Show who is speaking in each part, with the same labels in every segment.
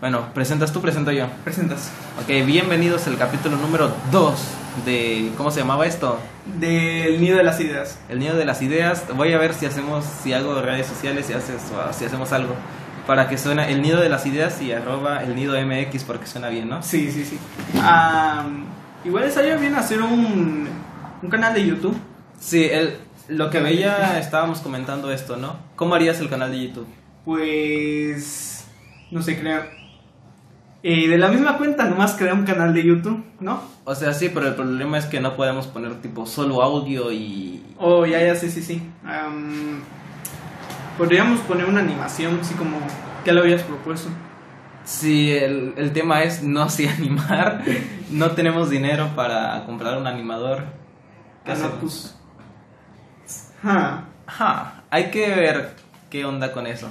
Speaker 1: Bueno, ¿presentas tú, presento yo?
Speaker 2: Presentas.
Speaker 1: Ok, bienvenidos al capítulo número 2 de... ¿Cómo se llamaba esto?
Speaker 2: Del nido de las ideas.
Speaker 1: El nido de las ideas. Voy a ver si hacemos, si hago redes sociales, si, haces, o si hacemos algo. Para que suena el nido de las ideas y arroba el nido MX porque suena bien, ¿no?
Speaker 2: Sí, sí, sí. Ah, igual estaría bien hacer un, un canal de YouTube.
Speaker 1: Sí, el, lo que veía estábamos comentando esto, ¿no? ¿Cómo harías el canal de YouTube?
Speaker 2: Pues. No sé, creo. eh, de la misma cuenta, nomás crear un canal de YouTube, ¿no?
Speaker 1: O sea, sí, pero el problema es que no podemos poner tipo solo audio y...
Speaker 2: Oh, ya, ya, sí, sí, sí. Am, podríamos poner una animación, así como. ¿Qué lo habías propuesto?
Speaker 1: Sí, el, el tema es no sé animar, no tenemos dinero para comprar un animador. ¿Qué
Speaker 2: Ah, no,
Speaker 1: hacemos?
Speaker 2: pues. Ah,
Speaker 1: Ajá, hay que ver qué onda con eso.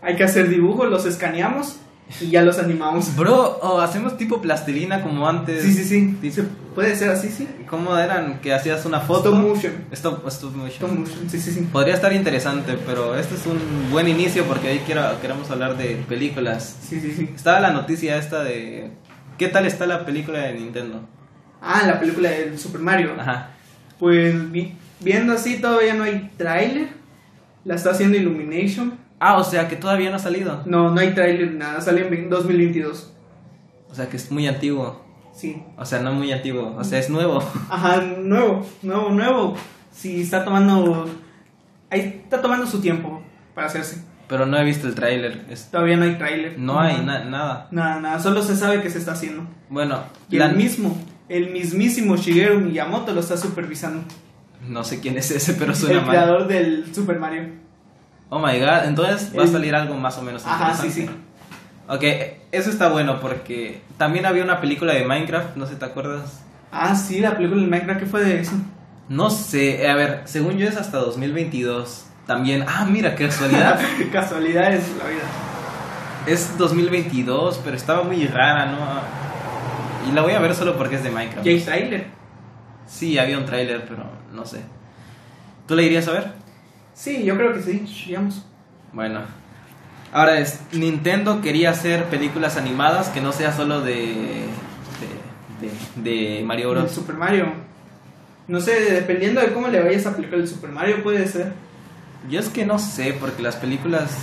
Speaker 2: Hay que hacer dibujos, los escaneamos y ya los animamos.
Speaker 1: Bro, o hacemos tipo plastilina como antes.
Speaker 2: Sí, sí, sí.
Speaker 1: Dice-
Speaker 2: Puede ser así, sí.
Speaker 1: ¿Cómo eran? Que hacías una foto.
Speaker 2: Stop motion.
Speaker 1: Stop, stop motion.
Speaker 2: Stop motion, sí, sí, sí.
Speaker 1: Podría estar interesante, pero este es un buen inicio porque hoy quiero, queremos hablar de películas.
Speaker 2: Sí, sí, sí.
Speaker 1: Estaba la noticia esta de... ¿Qué tal está la película de Nintendo?
Speaker 2: Ah, la película del Super Mario.
Speaker 1: Ajá.
Speaker 2: Pues vi- viendo así, todavía no hay tráiler. La está haciendo Illumination.
Speaker 1: Ah, o sea que todavía no ha salido.
Speaker 2: No, no hay tráiler, nada. Sale en ve- 2022.
Speaker 1: O sea que es muy antiguo.
Speaker 2: Sí.
Speaker 1: O sea, no muy antiguo. O
Speaker 2: Mm.
Speaker 1: sea, es nuevo.
Speaker 2: Ajá, nuevo, nuevo, nuevo. Sí, está tomando... Ahí está tomando su tiempo para hacerse.
Speaker 1: Pero no he visto el tráiler. Es-
Speaker 2: Todavía no hay tráiler.
Speaker 1: No hay
Speaker 2: Ajá.
Speaker 1: na- nada.
Speaker 2: Nada, nada. Solo se sabe que se está haciendo.
Speaker 1: Bueno,
Speaker 2: Y
Speaker 1: la-
Speaker 2: el mismo, el mismísimo Shigeru Miyamoto lo está supervisando.
Speaker 1: no sé quién es ese, pero suena
Speaker 2: El
Speaker 1: mal.
Speaker 2: creador del Super Mario.
Speaker 1: Oh my god, entonces va a
Speaker 2: El-
Speaker 1: salir algo más o menos
Speaker 2: Ajá, sí, sí.
Speaker 1: interesante. Ok, eso está bueno porque también había una película de Minecraft, no sé, ¿te acuerdas?
Speaker 2: Ah, sí, la película de Minecraft, ¿qué fue de eso?
Speaker 1: No sé, eh, a ver, según yo es hasta 2022. También, ah, mira, qué casualidad.
Speaker 2: Casualidades de la vida.
Speaker 1: es 2022, pero estaba muy rara, ¿no? Y la voy a ver solo porque es de Minecraft.
Speaker 2: Jake Tyler.
Speaker 1: Sí, había un tráiler, pero no sé. ¿Tú la irías a ver?
Speaker 2: Sí, yo creo que sí, digamos.
Speaker 1: Bueno. Ahora es, Nintendo quería hacer películas animadas que no sea solo de de, de, de Mario
Speaker 2: El
Speaker 1: Bros.
Speaker 2: Super Mario. No sé, dependiendo de cómo le vayas a aplicar el Super Mario, puede ser.
Speaker 1: Yo es que no sé, porque las películas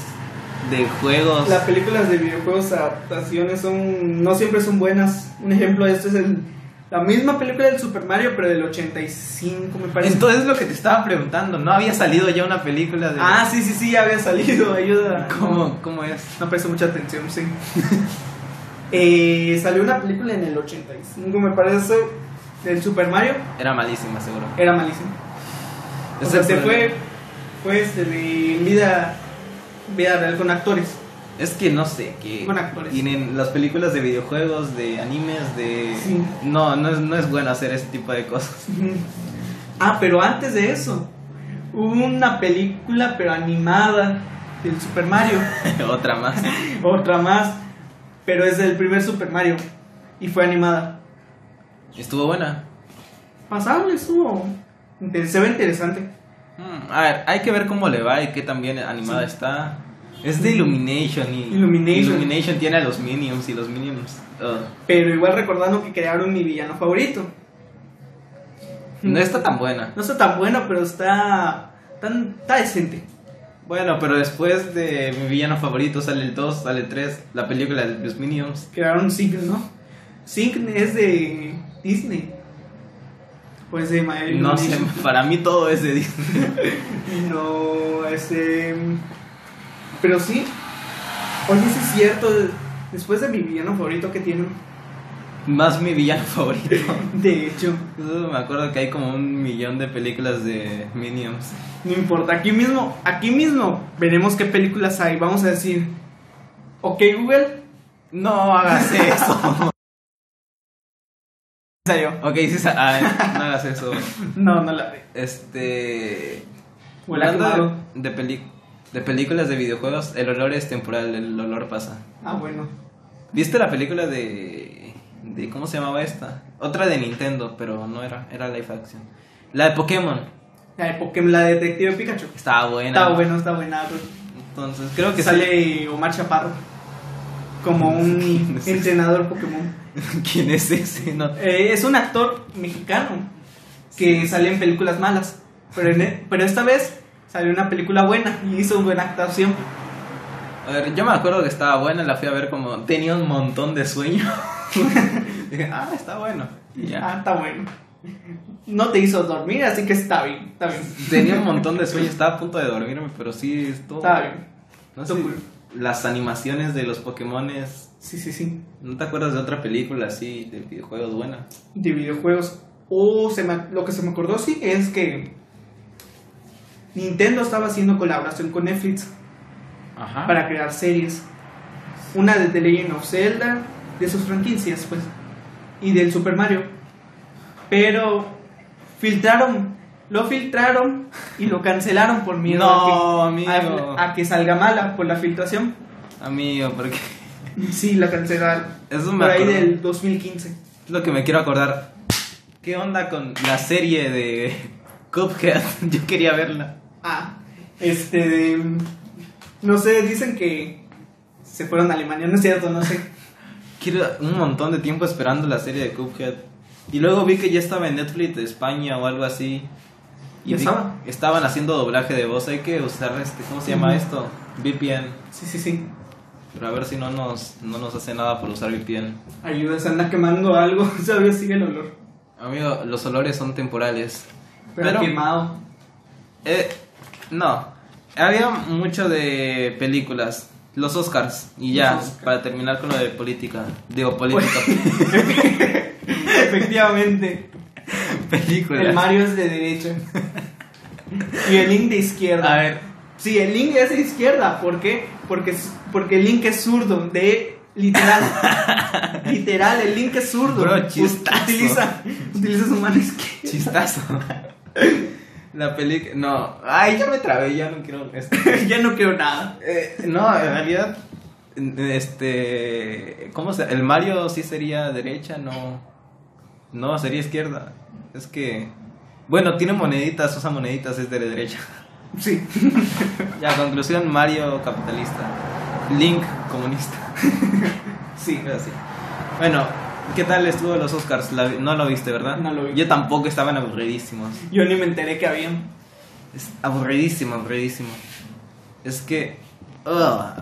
Speaker 1: de juegos...
Speaker 2: Las películas de videojuegos, adaptaciones, son no siempre son buenas. Un ejemplo de esto es el, la misma película del Super Mario, pero del 85, me parece.
Speaker 1: Entonces lo que te estaba preguntando, ¿no había salido ya una película de...
Speaker 2: Ah, sí, sí, sí, ya había salido, ayuda.
Speaker 1: ¿Cómo, cómo es?
Speaker 2: No presté mucha atención, sí. Eh, salió una película en el 85, me parece, del Super Mario.
Speaker 1: Era malísima, seguro.
Speaker 2: Era malísimo. O
Speaker 1: Ese
Speaker 2: sea, se
Speaker 1: problema.
Speaker 2: fue, fue este, de vida, vida real con actores.
Speaker 1: Es que no sé, que
Speaker 2: Con actores.
Speaker 1: tienen las películas de videojuegos, de animes, de...
Speaker 2: Sí.
Speaker 1: No, no es, no es bueno hacer ese tipo de cosas.
Speaker 2: Ah, pero antes de eso, hubo una película, pero animada, del Super Mario.
Speaker 1: Otra más.
Speaker 2: Otra más, pero es del primer Super Mario. Y fue animada.
Speaker 1: Estuvo buena.
Speaker 2: Pasable, estuvo. inter- Se ve interesante.
Speaker 1: Mm, a ver, hay que ver cómo le va y qué tan bien animada está. Es de Illumination y
Speaker 2: Illumination.
Speaker 1: Illumination tiene a los Minions y los Minions. ugh,
Speaker 2: Pero igual recordando que crearon mi villano favorito. Hmm.
Speaker 1: no está tan buena.
Speaker 2: No está tan bueno, pero está. Tan, está decente.
Speaker 1: Bueno, pero después de mi villano favorito sale el 2, sale el 3, la película de los Minions.
Speaker 2: Crearon Sync, ¿no? Sync es de Disney. Pues de My
Speaker 1: No sé,
Speaker 2: Illumination.
Speaker 1: para mí todo es de Disney.
Speaker 2: No, este. Pero sí. Oye, sí es cierto. Después de mi villano favorito que tienen.
Speaker 1: Más mi villano favorito.
Speaker 2: De hecho,
Speaker 1: Uh, me acuerdo que hay como un millón de películas de Minions.
Speaker 2: no importa. Aquí mismo, aquí mismo, veremos qué películas hay. Vamos a decir. Ok, Google.
Speaker 1: No hagas eso.
Speaker 2: En serio.
Speaker 1: ok, sí, sa- ah, no hagas eso.
Speaker 2: No, no la ve.
Speaker 1: Este.
Speaker 2: Huele a
Speaker 1: Hablando
Speaker 2: quemado.
Speaker 1: de, de peli- de películas de videojuegos, el olor es temporal, el olor pasa.
Speaker 2: Ah, bueno.
Speaker 1: ¿Viste la película de, de cómo se llamaba esta? Otra de Nintendo, pero no era, era live action. La de Pokémon.
Speaker 2: La de Pokémon, la de Detective Pikachu.
Speaker 1: Estaba buena.
Speaker 2: Está bueno, está buena.
Speaker 1: Entonces, creo que
Speaker 2: Que
Speaker 1: sale
Speaker 2: sale Omar Chaparro. como
Speaker 1: ¿Quién
Speaker 2: un
Speaker 1: es ese?
Speaker 2: entrenador Pokémon.
Speaker 1: ¿Quién es ese? No.
Speaker 2: Eh, es un actor mexicano que sale en películas malas, pero, en- e, pero esta vez salió una película buena y hizo buena actuación.
Speaker 1: A ver, yo me acuerdo que estaba buena, la fui a ver como tenía un montón de sueño. Dije, ah, está bueno. Y ya.
Speaker 2: Ah, está bueno. No te hizo dormir, así que está bien, está bien.
Speaker 1: Tenía un montón de sueño, estaba a punto de dormirme, pero sí, estuvo.
Speaker 2: Está bien.
Speaker 1: No sé,
Speaker 2: Estuvo cool.
Speaker 1: las animaciones de los Pokémones.
Speaker 2: Sí, sí, sí.
Speaker 1: ¿No te acuerdas de otra película así de videojuegos buena?
Speaker 2: de videojuegos. O se me- lo que se me acordó sí es que Nintendo estaba haciendo colaboración con Netflix
Speaker 1: Ajá.
Speaker 2: para crear series. Una de The Legend of Zelda, de sus franquicias, pues. Y del Super Mario. Pero filtraron, lo filtraron y lo cancelaron por miedo
Speaker 1: No,
Speaker 2: a, que,
Speaker 1: amigo.
Speaker 2: a- a que salga mala por la filtración.
Speaker 1: Amigo, porque
Speaker 2: Sí, la cancelaron.
Speaker 1: eso
Speaker 2: Por
Speaker 1: me
Speaker 2: ahí
Speaker 1: acuerdo-
Speaker 2: del 2015.
Speaker 1: es lo que me quiero acordar. ¿Qué onda con la serie de Cuphead? Yo quería verla.
Speaker 2: Ah, este. de- No sé, dicen que se fueron a Alemania, no es cierto, no sé.
Speaker 1: Quiero un montón de tiempo esperando la serie de Cuphead. Y luego vi que ya estaba en Netflix de España o algo así.
Speaker 2: ¿Ya
Speaker 1: vi-
Speaker 2: estaba?
Speaker 1: Estaban haciendo doblaje de voz. Hay que usar este, ¿cómo se llama
Speaker 2: Ujú.
Speaker 1: esto? VPN.
Speaker 2: Sí, sí, sí.
Speaker 1: Pero a ver si no nos, no nos hace nada por usar VPN.
Speaker 2: Ayuda, se anda quemando algo, todavía sigue el olor.
Speaker 1: Amigo, los olores son temporales.
Speaker 2: Pero,
Speaker 1: Pero-
Speaker 2: quemado.
Speaker 1: Eh, no. Había mucho de películas. Los Oscars. Y
Speaker 2: Los
Speaker 1: ya,
Speaker 2: Oscars. Pues,
Speaker 1: para terminar con lo de política. Digo, política.
Speaker 2: Efectivamente, el
Speaker 1: películas.
Speaker 2: Mario es de derecha. Y el Link de izquierda.
Speaker 1: A ver,
Speaker 2: Sí, el Link es de izquierda. ¿Por qué? Porque, es- porque el Link es zurdo. De literal. literal, el Link es zurdo.
Speaker 1: Bro,
Speaker 2: Ut-
Speaker 1: chistazo.
Speaker 2: Utiliza, utiliza su mano izquierda.
Speaker 1: chistazo. La película. No. Ay, ya me trabé, ya no quiero. este,
Speaker 2: ya no quiero nada.
Speaker 1: eh, no, en realidad. Este. ¿Cómo se.? El Mario sí sería derecha, no. No, sería izquierda. Es que. Bueno, tiene moneditas, usa moneditas, es de derecha.
Speaker 2: Sí.
Speaker 1: Ya, conclusión, Mario capitalista. Link comunista.
Speaker 2: Sí.
Speaker 1: Era así. Bueno, ¿qué tal estuvo los Oscars? La- no lo viste, ¿verdad?
Speaker 2: No lo vi.
Speaker 1: Yo tampoco estaban aburridísimos.
Speaker 2: Yo ni me enteré que había.
Speaker 1: Es aburridísimo, aburridísimo. Es que... ugh,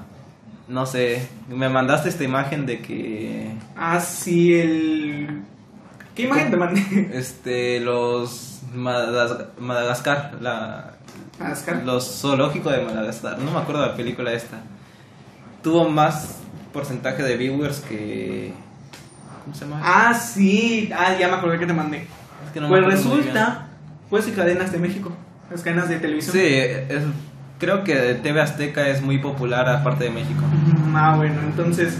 Speaker 1: no sé, me mandaste esta imagen de que...
Speaker 2: Ah, sí, el. ¿Qué imagen te mandé?
Speaker 1: Este, los... Madas- Madagascar, la,
Speaker 2: Ascar.
Speaker 1: Los zoológicos de Madagascar, no me acuerdo de la película esta. Tuvo más porcentaje de viewers que. ¿Cómo se llama?
Speaker 2: Ah, sí. Ah, ya me acordé que te mandé.
Speaker 1: Es que no me
Speaker 2: pues
Speaker 1: acuerdo muy
Speaker 2: resulta, pues y cadenas de México. Las cadenas de
Speaker 1: bien.
Speaker 2: televisión.
Speaker 1: Sí, es- creo que TV Azteca es muy popular aparte de México.
Speaker 2: Mm, Ah, bueno, entonces.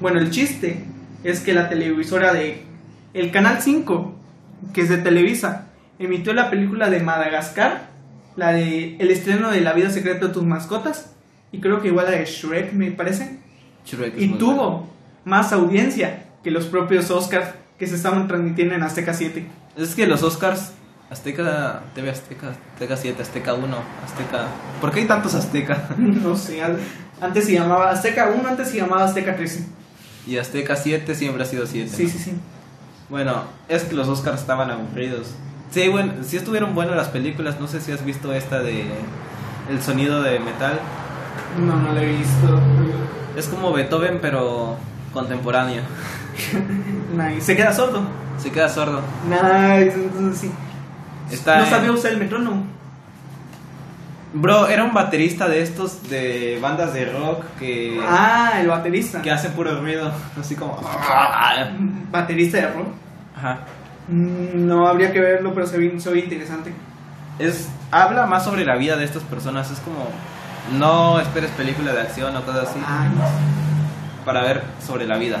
Speaker 2: Bueno, el chiste es que la televisora de. El canal 5, que es de Televisa, emitió la película de Madagascar, la de El estreno de La vida secreta de tus mascotas, y creo que igual la de Shrek, me parece.
Speaker 1: Shrek es
Speaker 2: Y
Speaker 1: muy
Speaker 2: tuvo
Speaker 1: bueno.
Speaker 2: más audiencia que los propios Oscars que se estaban transmitiendo en Azteca 7.
Speaker 1: Es que los Oscars. Azteca, TV Azteca, Azteca 7, Azteca 1, Azteca. ¿Por qué hay tantos Azteca?
Speaker 2: no sé, al- antes se llamaba Azteca 1, antes se llamaba Azteca 13.
Speaker 1: Y Azteca 7 siempre ha sido 7.
Speaker 2: Sí, sí, sí.
Speaker 1: Bueno, es que los Oscars estaban aburridos. Sí, bueno, sí estuvieron buenas las películas. No sé si has visto esta de El sonido de metal.
Speaker 2: No, no lo he visto.
Speaker 1: Es como Beethoven, pero contemporáneo.
Speaker 2: Nice. Se queda sordo.
Speaker 1: Se queda sordo.
Speaker 2: Nice, entonces sí.
Speaker 1: Está
Speaker 2: no
Speaker 1: en-
Speaker 2: sabía usar el metrónomo.
Speaker 1: Bro, era un baterista de estos de bandas de rock que,
Speaker 2: Ah, el baterista.
Speaker 1: que hace puro ruido. Así como.
Speaker 2: Ah. Baterista de rock.
Speaker 1: Ajá.
Speaker 2: Mm, No habría que verlo, pero se ve, se ve interesante.
Speaker 1: es habla más sobre la vida de estas personas es como no esperes películas de acción o cosas así
Speaker 2: Ah,
Speaker 1: para ver sobre la vida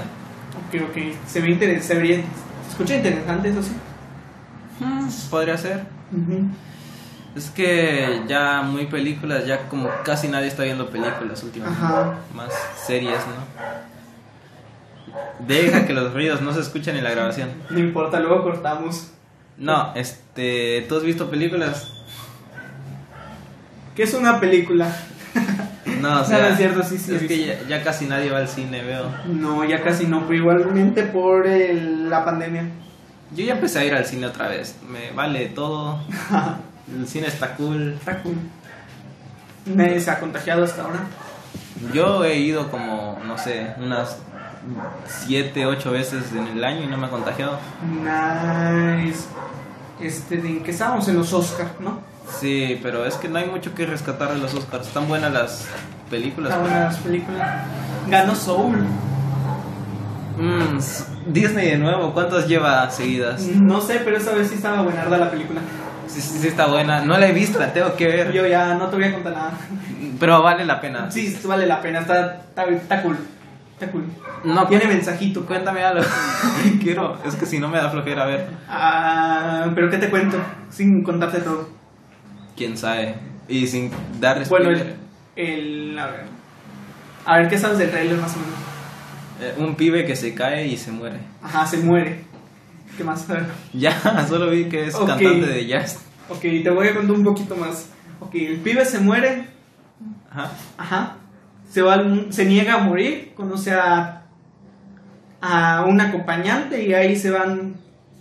Speaker 2: ok, ok. Se ve interesante. Se, vería- se escucha interesante, eso sí.
Speaker 1: Hmm, podría ser
Speaker 2: Ujú.
Speaker 1: es que ya muy películas ya como casi nadie está viendo películas últimamente
Speaker 2: Ajá.
Speaker 1: más series no deja que los ruidos no se escuchen en la grabación
Speaker 2: No importa, luego cortamos.
Speaker 1: no este tú has visto películas
Speaker 2: ¿Qué es una película?
Speaker 1: No, o
Speaker 2: no, no
Speaker 1: sea,
Speaker 2: es cierto, sí, sí. he
Speaker 1: es que
Speaker 2: visto.
Speaker 1: ya, ya casi nadie va al cine, veo.
Speaker 2: No, ya casi no, pero igualmente por el- la pandemia.
Speaker 1: Yo ya empecé a ir al cine otra vez. Me vale todo. El cine está cool.
Speaker 2: Está cool. Nadie se ha contagiado hasta ahora.
Speaker 1: Yo he ido como, no sé, unas 7, 8 veces en el año y no me ha contagiado.
Speaker 2: Nice. Este, ¿de en qué estábamos? En los Oscar, ¿no?
Speaker 1: Sí, pero es que no hay mucho que rescatar de los Oscars. Están buenas las películas.
Speaker 2: Estaban las películas. Ganó Soul.
Speaker 1: Mm, s- Disney de nuevo, ¿cuántas lleva seguidas?
Speaker 2: No sé, pero esa vez sí estaba buenarda la película.
Speaker 1: Sí, sí, sí está buena. No la he visto, la tengo que ver.
Speaker 2: Yo ya no te voy a contar nada.
Speaker 1: Pero vale la pena.
Speaker 2: Sí, esto vale la pena, está, está, está cool. Está cool.
Speaker 1: No,
Speaker 2: Tiene
Speaker 1: cu-
Speaker 2: mensajito.
Speaker 1: cuéntame algo. Quiero, es que si no me da flojera a ver.
Speaker 2: Ah, pero ¿qué te cuento? Sin contarte todo.
Speaker 1: Quién sabe. Y sin dar
Speaker 2: Bueno,
Speaker 1: spoiler.
Speaker 2: el, el- A ver. A ver, ¿qué sabes del trailer más o menos?
Speaker 1: eh, un pibe que se cae y se muere.
Speaker 2: Ajá, se muere. ¿Qué más? A ver.
Speaker 1: Ya, solo vi que es
Speaker 2: Ok.
Speaker 1: cantante de jazz.
Speaker 2: Ok, te voy a contar un poquito más. Ok, el pibe se muere.
Speaker 1: Ajá.
Speaker 2: Ajá. Se, va al mu- se niega a morir. Conoce a. a un acompañante y ahí se van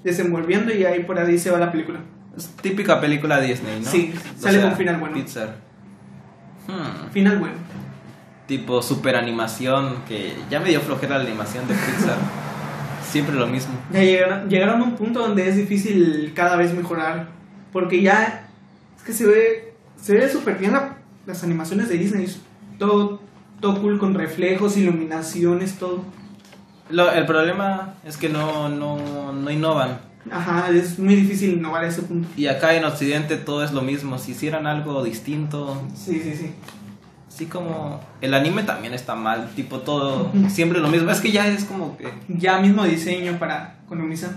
Speaker 2: desenvolviendo y ahí por ahí se va la película.
Speaker 1: Es típica película Disney, ¿no?
Speaker 2: Sí,
Speaker 1: O
Speaker 2: sale
Speaker 1: sea,
Speaker 2: con final bueno.
Speaker 1: Pixar. Hmm,
Speaker 2: Final bueno.
Speaker 1: tipo super animación, que ya me dio flojera la animación de Pixar. Siempre lo mismo.
Speaker 2: Ya llegaron, llegaron a un punto donde es difícil cada vez mejorar. Porque ya es que se ve se ve súper bien la- las animaciones de Disney. Todo, todo cool con reflejos, iluminaciones, todo.
Speaker 1: Lo- el problema es que no, no, no innovan.
Speaker 2: Ajá, es muy difícil innovar a ese punto.
Speaker 1: Y acá en Occidente todo es lo mismo. Si hicieran algo distinto,
Speaker 2: Sí, sí, sí.
Speaker 1: así como el anime también está mal, tipo todo, siempre lo mismo. Es que ya es como que...
Speaker 2: Ya mismo diseño para economizar.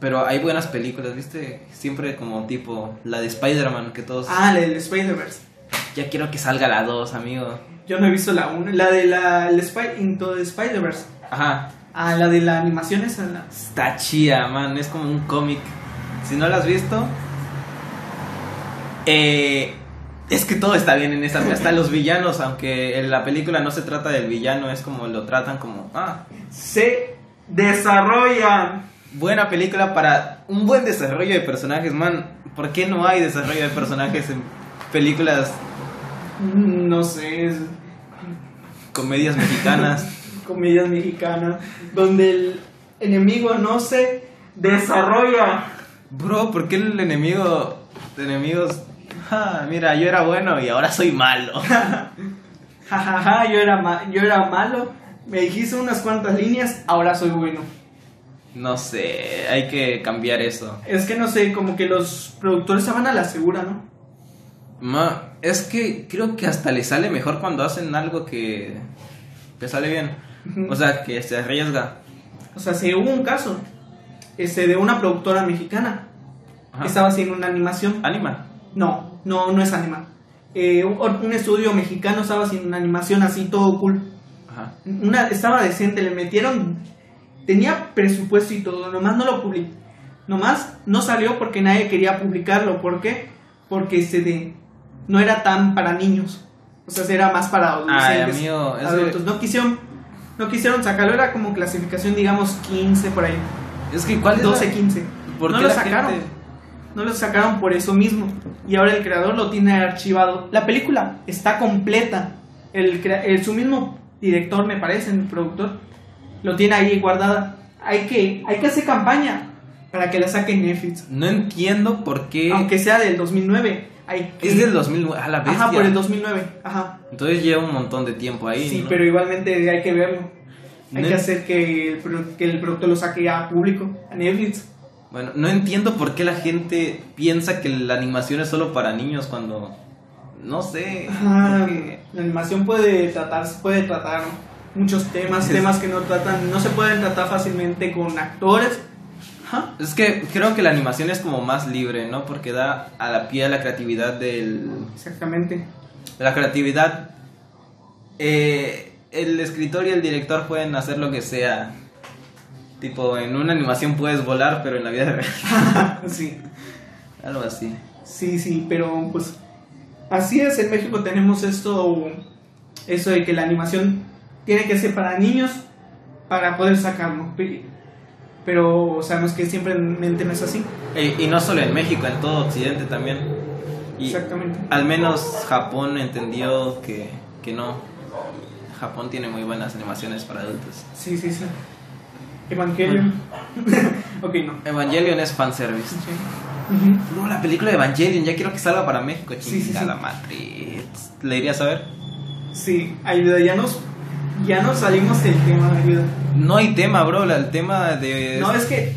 Speaker 1: Pero hay buenas películas, ¿viste? Siempre como tipo la de Spider-Man, que todos...
Speaker 2: Ah, la del Spider-Verse.
Speaker 1: Ya quiero que salga la 2, amigo.
Speaker 2: Yo no he visto la 1. La de la el Spy Into the Spider-Verse.
Speaker 1: Ajá.
Speaker 2: Ah, la de la animación esa. la-
Speaker 1: Está chida, man. Es como un cómic. Si no la has visto... Eh, es que todo está bien en esta. Hasta los villanos, aunque en la película no se trata del villano, es como lo tratan como... Ah,
Speaker 2: Se desarrollan.
Speaker 1: Buena película para un buen desarrollo de personajes, man. ¿Por qué no hay desarrollo de personajes en películas,
Speaker 2: mm, No sé. es-
Speaker 1: comedias mexicanas?
Speaker 2: comedias mexicanas, donde el enemigo no se desarrolla.
Speaker 1: Bro, ¿por qué el enemigo, enemigos, "Ah, mira, yo era bueno y ahora soy malo?
Speaker 2: Jajaja, yo, era ma- yo era malo, me dijiste unas cuantas líneas, ahora soy bueno.
Speaker 1: No sé, hay que cambiar eso.
Speaker 2: Es que no sé, como que los productores se van a la segura, ¿no?
Speaker 1: Ma, es que creo que hasta le sale mejor cuando hacen algo que que sale bien.
Speaker 2: Ujú.
Speaker 1: O sea, que se arriesga.
Speaker 2: O sea, si hubo un caso este, de una productora mexicana
Speaker 1: Ajá.
Speaker 2: que estaba haciendo una animación.
Speaker 1: Anima.
Speaker 2: No, no, no es anima. Eh, un, un estudio mexicano estaba haciendo una animación así, todo cool.
Speaker 1: Ajá.
Speaker 2: Una, estaba decente, le metieron. Tenía presupuesto y todo, nomás no lo publicó. Nomás no salió porque nadie quería publicarlo. ¿Por qué? Porque se de, no era tan para niños. O sea, era más para
Speaker 1: Ay,
Speaker 2: adolescentes.
Speaker 1: amigo, es que-
Speaker 2: adultos. No quisieron, no quisieron sacarlo, era como clasificación, digamos, 15 por ahí.
Speaker 1: Es que ¿cuál es la-
Speaker 2: 12, 15.
Speaker 1: ¿Por
Speaker 2: no
Speaker 1: qué
Speaker 2: lo
Speaker 1: la
Speaker 2: sacaron.
Speaker 1: gente-
Speaker 2: No lo sacaron por eso mismo. Y ahora el creador lo tiene archivado. La película está completa. El, crea- el- su mismo director, me parece, el productor, lo tiene ahí guardada. Hay que, hay que hacer campaña para que la saquen Netflix.
Speaker 1: No entiendo por qué.
Speaker 2: Aunque sea del 2009. Hay que-
Speaker 1: Es del 2009, a la bestia.
Speaker 2: Ajá, por el 2009. Ajá.
Speaker 1: Entonces lleva un montón de tiempo ahí.
Speaker 2: sí,
Speaker 1: ¿no?
Speaker 2: pero igualmente hay que verlo.
Speaker 1: No
Speaker 2: Hay
Speaker 1: en-
Speaker 2: que hacer que el, pro- que el producto lo saque a público, a Netflix.
Speaker 1: Bueno, no entiendo por qué la gente piensa que la animación es solo para niños cuando. No sé.
Speaker 2: Ajá,
Speaker 1: porque-
Speaker 2: la animación puede tratar, puede tratar muchos temas,
Speaker 1: Es-
Speaker 2: temas que no tratan, no se pueden tratar fácilmente con actores. Ajá.
Speaker 1: Es que creo que la animación es como más libre, ¿no? Porque da a la pie a la creatividad del.
Speaker 2: Exactamente.
Speaker 1: La creatividad. eh, el escritor y el director pueden hacer lo que sea. Tipo, en una animación puedes volar, pero en la vida real.
Speaker 2: sí,
Speaker 1: Algo así.
Speaker 2: sí, sí, pero pues Así es, en México tenemos esto, eso de que la animación tiene que ser para niños para poder sacarlo. pe- Pero sabemos que siempre en mente no es así.
Speaker 1: Eh, Y, y no solo en México, en todo Occidente también. Y
Speaker 2: Exactamente.
Speaker 1: al menos Japón entendió que, que no. Japón tiene muy buenas animaciones para adultos.
Speaker 2: Sí, sí, sí. Evangelion. ok, no.
Speaker 1: Evangelion es fanservice.
Speaker 2: Sí. Ujú.
Speaker 1: No, la película de Evangelion, ya quiero que salga para México,
Speaker 2: Sí, sí,
Speaker 1: chica,
Speaker 2: sí.
Speaker 1: la matriz. ¿Le irías a ver?
Speaker 2: Sí, ayuda, ya nos, ya nos salimos del tema, ayuda.
Speaker 1: No hay tema, bro, la- el tema de...
Speaker 2: No, es que,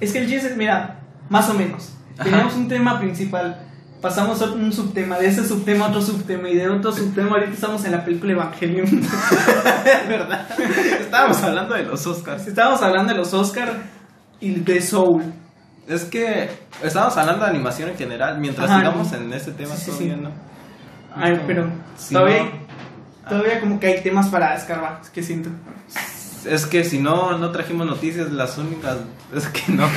Speaker 2: es que el chiste es, mira, más o menos.
Speaker 1: Ajá.
Speaker 2: Tenemos un tema principal, pasamos a un subtema, de ese subtema a otro subtema y de otro subtema ahorita estamos en la película Evangelion.
Speaker 1: verdad. Estábamos hablando de los Oscars.
Speaker 2: Estábamos hablando de los Oscar y de Soul.
Speaker 1: Es que estábamos hablando de animación en general, mientras
Speaker 2: Ajá,
Speaker 1: sigamos
Speaker 2: no.
Speaker 1: en ese tema
Speaker 2: Sí, sí,
Speaker 1: todavía,
Speaker 2: sí.
Speaker 1: ¿no?
Speaker 2: Ay,
Speaker 1: Como-
Speaker 2: pero
Speaker 1: si
Speaker 2: todavía,
Speaker 1: Ah, no-
Speaker 2: todavía como que hay temas para escarbar, es que siento.
Speaker 1: Es que si no, no trajimos noticias, las únicas... Es que no.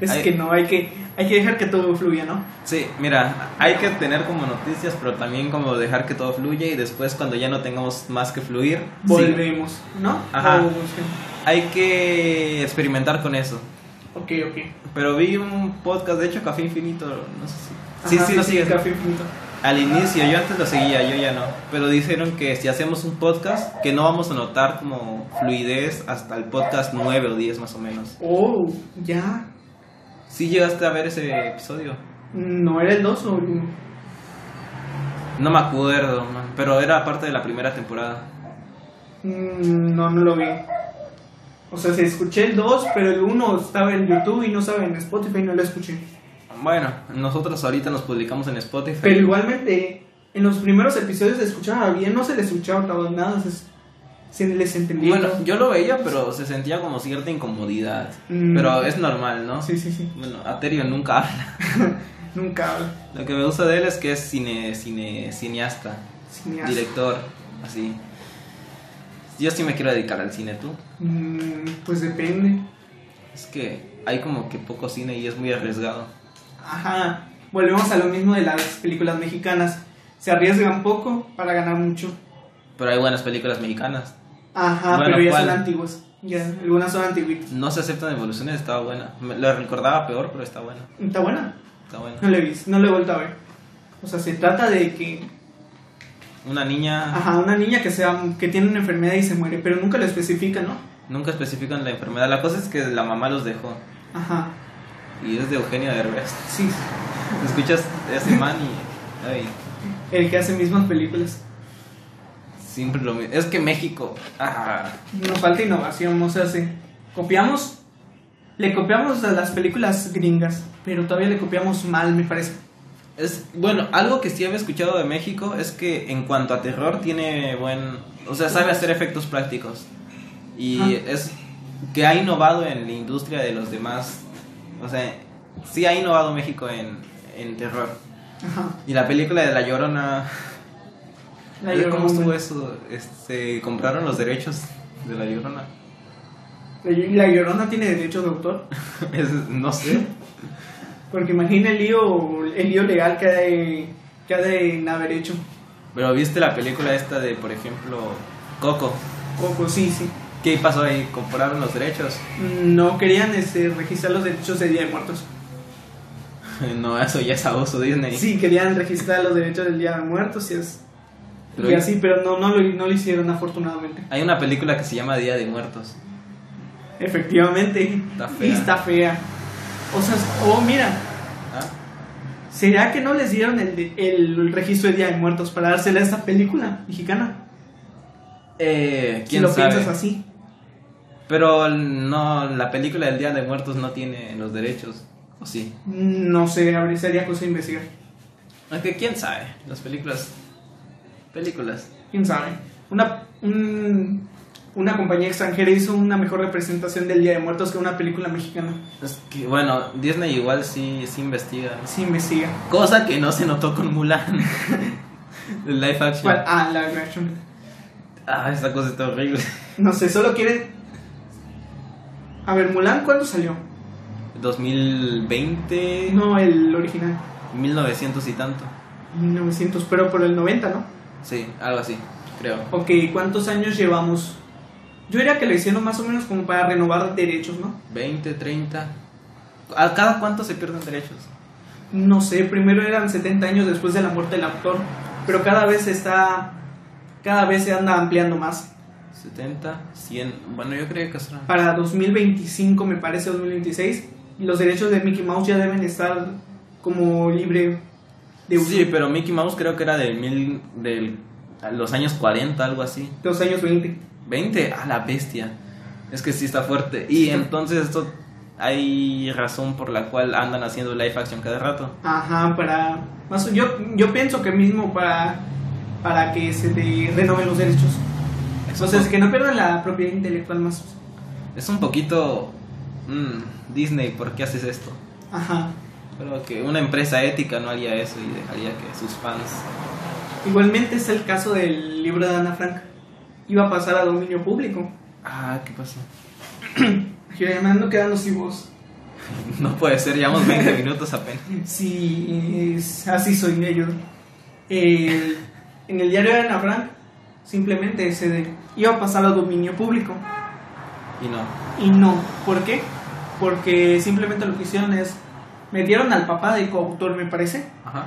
Speaker 2: Es
Speaker 1: Ay.
Speaker 2: que no, hay que, hay que dejar que todo fluya, ¿no?
Speaker 1: Sí, mira, hay que tener como noticias, pero también como dejar que todo fluya y después cuando ya no tengamos más que fluir, sí,
Speaker 2: Volvemos, ¿no?
Speaker 1: Ajá.
Speaker 2: O- sí.
Speaker 1: hay que experimentar con eso.
Speaker 2: Ok, ok.
Speaker 1: Pero vi un podcast, de hecho Café Infinito, no sé si... Sí,
Speaker 2: Ajá,
Speaker 1: sí, lo sigues.
Speaker 2: Café Infinito.
Speaker 1: Al inicio, yo antes lo seguía, yo ya no. Pero dijeron que si hacemos un podcast, que no vamos a notar como fluidez hasta el podcast 9 o 10 más o menos.
Speaker 2: Oh, ya.
Speaker 1: Si llegaste a ver ese episodio.
Speaker 2: Mm, No era el 2 o el 1.
Speaker 1: No me acuerdo, man, pero era parte de la primera temporada.
Speaker 2: Mm, No, no lo vi. O sea, se escuché el 2, pero el 1 estaba en YouTube y no estaba en Spotify, no lo escuché.
Speaker 1: Bueno, nosotros ahorita nos publicamos en Spotify.
Speaker 2: Pero igualmente, en los primeros episodios se escuchaba bien, no se les escuchaba todo, nada, se, se les entendía.
Speaker 1: bueno, yo lo veía, pero se sentía como cierta incomodidad.
Speaker 2: Mm.
Speaker 1: Pero es normal, ¿no?
Speaker 2: Sí, sí, sí.
Speaker 1: Bueno, Aterio nunca habla.
Speaker 2: Nunca habla.
Speaker 1: Lo que me gusta de él es que es cine, cine, cineasta.
Speaker 2: Cineasta.
Speaker 1: director, así. Yo sí me quiero dedicar al cine, tú.
Speaker 2: Mm, pues depende.
Speaker 1: Es que hay como que poco cine y es muy arriesgado.
Speaker 2: Ajá. Volvemos a lo mismo de las películas mexicanas. Se arriesgan poco para ganar mucho.
Speaker 1: Pero hay buenas películas mexicanas.
Speaker 2: Ajá,
Speaker 1: Bueno,
Speaker 2: pero ya
Speaker 1: ¿cuál?
Speaker 2: son antiguas. Ya, algunas son antiguitas.
Speaker 1: No se aceptan evoluciones, estaba buena. Me- lo recordaba peor, pero está buena.
Speaker 2: Está buena.
Speaker 1: Está buena.
Speaker 2: No la he visto, no la he vuelto a ver. O sea, se trata de que,
Speaker 1: Una niña
Speaker 2: ajá, una niña que sea, que tiene una enfermedad y se muere, pero nunca lo especifica, ¿no?
Speaker 1: nunca especifican la enfermedad. La cosa es que la mamá los dejó.
Speaker 2: Ajá,
Speaker 1: Y es de Eugenio Derbez.
Speaker 2: sí,
Speaker 1: Escuchas ese man y. ay,
Speaker 2: el que hace mismas películas.
Speaker 1: siempre lo mismo. Es que México. ah,
Speaker 2: Nos falta innovación, o sea, sí. copiamos, le copiamos a las películas gringas, pero todavía le copiamos mal, me parece.
Speaker 1: Es, bueno, algo que sí había escuchado de México es que en cuanto a terror tiene buen... O sea, sabe hacer efectos prácticos. Y
Speaker 2: Ah.
Speaker 1: es que ha innovado en la industria de los demás. O sea, sí ha innovado México en, en terror.
Speaker 2: Ajá,
Speaker 1: Y la película de La Llorona...
Speaker 2: La
Speaker 1: ¿Cómo estuvo
Speaker 2: Llorona.
Speaker 1: eso? Este, compraron los derechos de La Llorona.
Speaker 2: La Llorona tiene derechos de autor,
Speaker 1: Es- no sé.
Speaker 2: porque imagina el lío, el lío legal que ha de, que ha de haber hecho.
Speaker 1: Pero viste la película esta de, por ejemplo, Coco.
Speaker 2: Coco, sí, sí.
Speaker 1: ¿Qué pasó ahí? Compraron los derechos.
Speaker 2: No querían este, registrar los derechos de Día de Muertos.
Speaker 1: No, eso ya es abuso Disney.
Speaker 2: Sí, querían registrar los derechos del Día de Muertos y, es,
Speaker 1: Pero-
Speaker 2: y así, pero no, no, lo, no lo hicieron afortunadamente.
Speaker 1: Hay una película que se llama Día de Muertos.
Speaker 2: Efectivamente.
Speaker 1: Está
Speaker 2: Y
Speaker 1: fea.
Speaker 2: está fea. O sea, es- oh, mira,
Speaker 1: ¿Ah?
Speaker 2: ¿será que no les dieron el, de- el registro de Día de Muertos para dársela a esta película mexicana?
Speaker 1: Eh,
Speaker 2: Si
Speaker 1: ¿Quién
Speaker 2: lo
Speaker 1: sabe?
Speaker 2: piensas así.
Speaker 1: Pero no, la película del Día de Muertos no tiene los derechos. ¿O sí?
Speaker 2: No sé, habría- sería cosa de investigar.
Speaker 1: Aunque quién sabe. Las películas. Películas.
Speaker 2: quién sabe. Una, un- una compañía extranjera hizo una mejor representación del Día de Muertos que una película mexicana.
Speaker 1: Es que, bueno, Disney igual sí, sí investiga.
Speaker 2: Sí, investiga.
Speaker 1: Cosa que no se notó con Mulan. El live action.
Speaker 2: ¿Cuál? Ah, la reaction.
Speaker 1: Ah, esta cosa está horrible.
Speaker 2: No sé, solo quieren. A ver, Mulan, ¿cuándo salió? Eh,
Speaker 1: 2020,
Speaker 2: No, el original.
Speaker 1: 1900 y tanto.
Speaker 2: 1900, pero por el 90, ¿no?
Speaker 1: Sí, algo así, creo.
Speaker 2: Ok, ¿cuántos años llevamos? Yo diría que lo hicieron más o menos como para renovar derechos, ¿no?
Speaker 1: 20, 30. ¿A cada cuánto se pierden derechos?
Speaker 2: No sé, primero eran 70 años después de la muerte del actor, pero cada vez se está, cada vez se anda ampliando más.
Speaker 1: 70, 100. Bueno, yo creía que será.
Speaker 2: Para 2025, me parece, 2026, los derechos de Mickey Mouse ya deben estar como libre de uso.
Speaker 1: Sí, pero Mickey Mouse creo que era del mil, del, a los años 40, algo así.
Speaker 2: Los años 20.
Speaker 1: 20, a la bestia. Es que sí está fuerte. Y entonces esto hay razón por la cual andan haciendo live action cada rato.
Speaker 2: Ajá, para... más o- Yo, yo pienso que mismo para, para que se te renoven los derechos. O sea, es que no pierdan la propiedad intelectual más.
Speaker 1: Es un poquito mm, Disney, ¿por qué haces esto?
Speaker 2: Ajá.
Speaker 1: Creo que una empresa ética no haría eso y dejaría que sus fans.
Speaker 2: Igualmente es el caso del libro de Ana Frank. Iba a pasar a dominio público.
Speaker 1: Ah, ¿qué pasó?
Speaker 2: Yo ya me ando quedando sin voz.
Speaker 1: No puede ser, llevamos 20 minutos apenas.
Speaker 2: Sí, es- así soy yo. El- en el diario de Ana Frank simplemente se de- iba a pasar a dominio público.
Speaker 1: Y no.
Speaker 2: Y no. ¿Por qué? Porque simplemente lo que hicieron es. Metieron al papá del coautor, me parece.
Speaker 1: Ajá.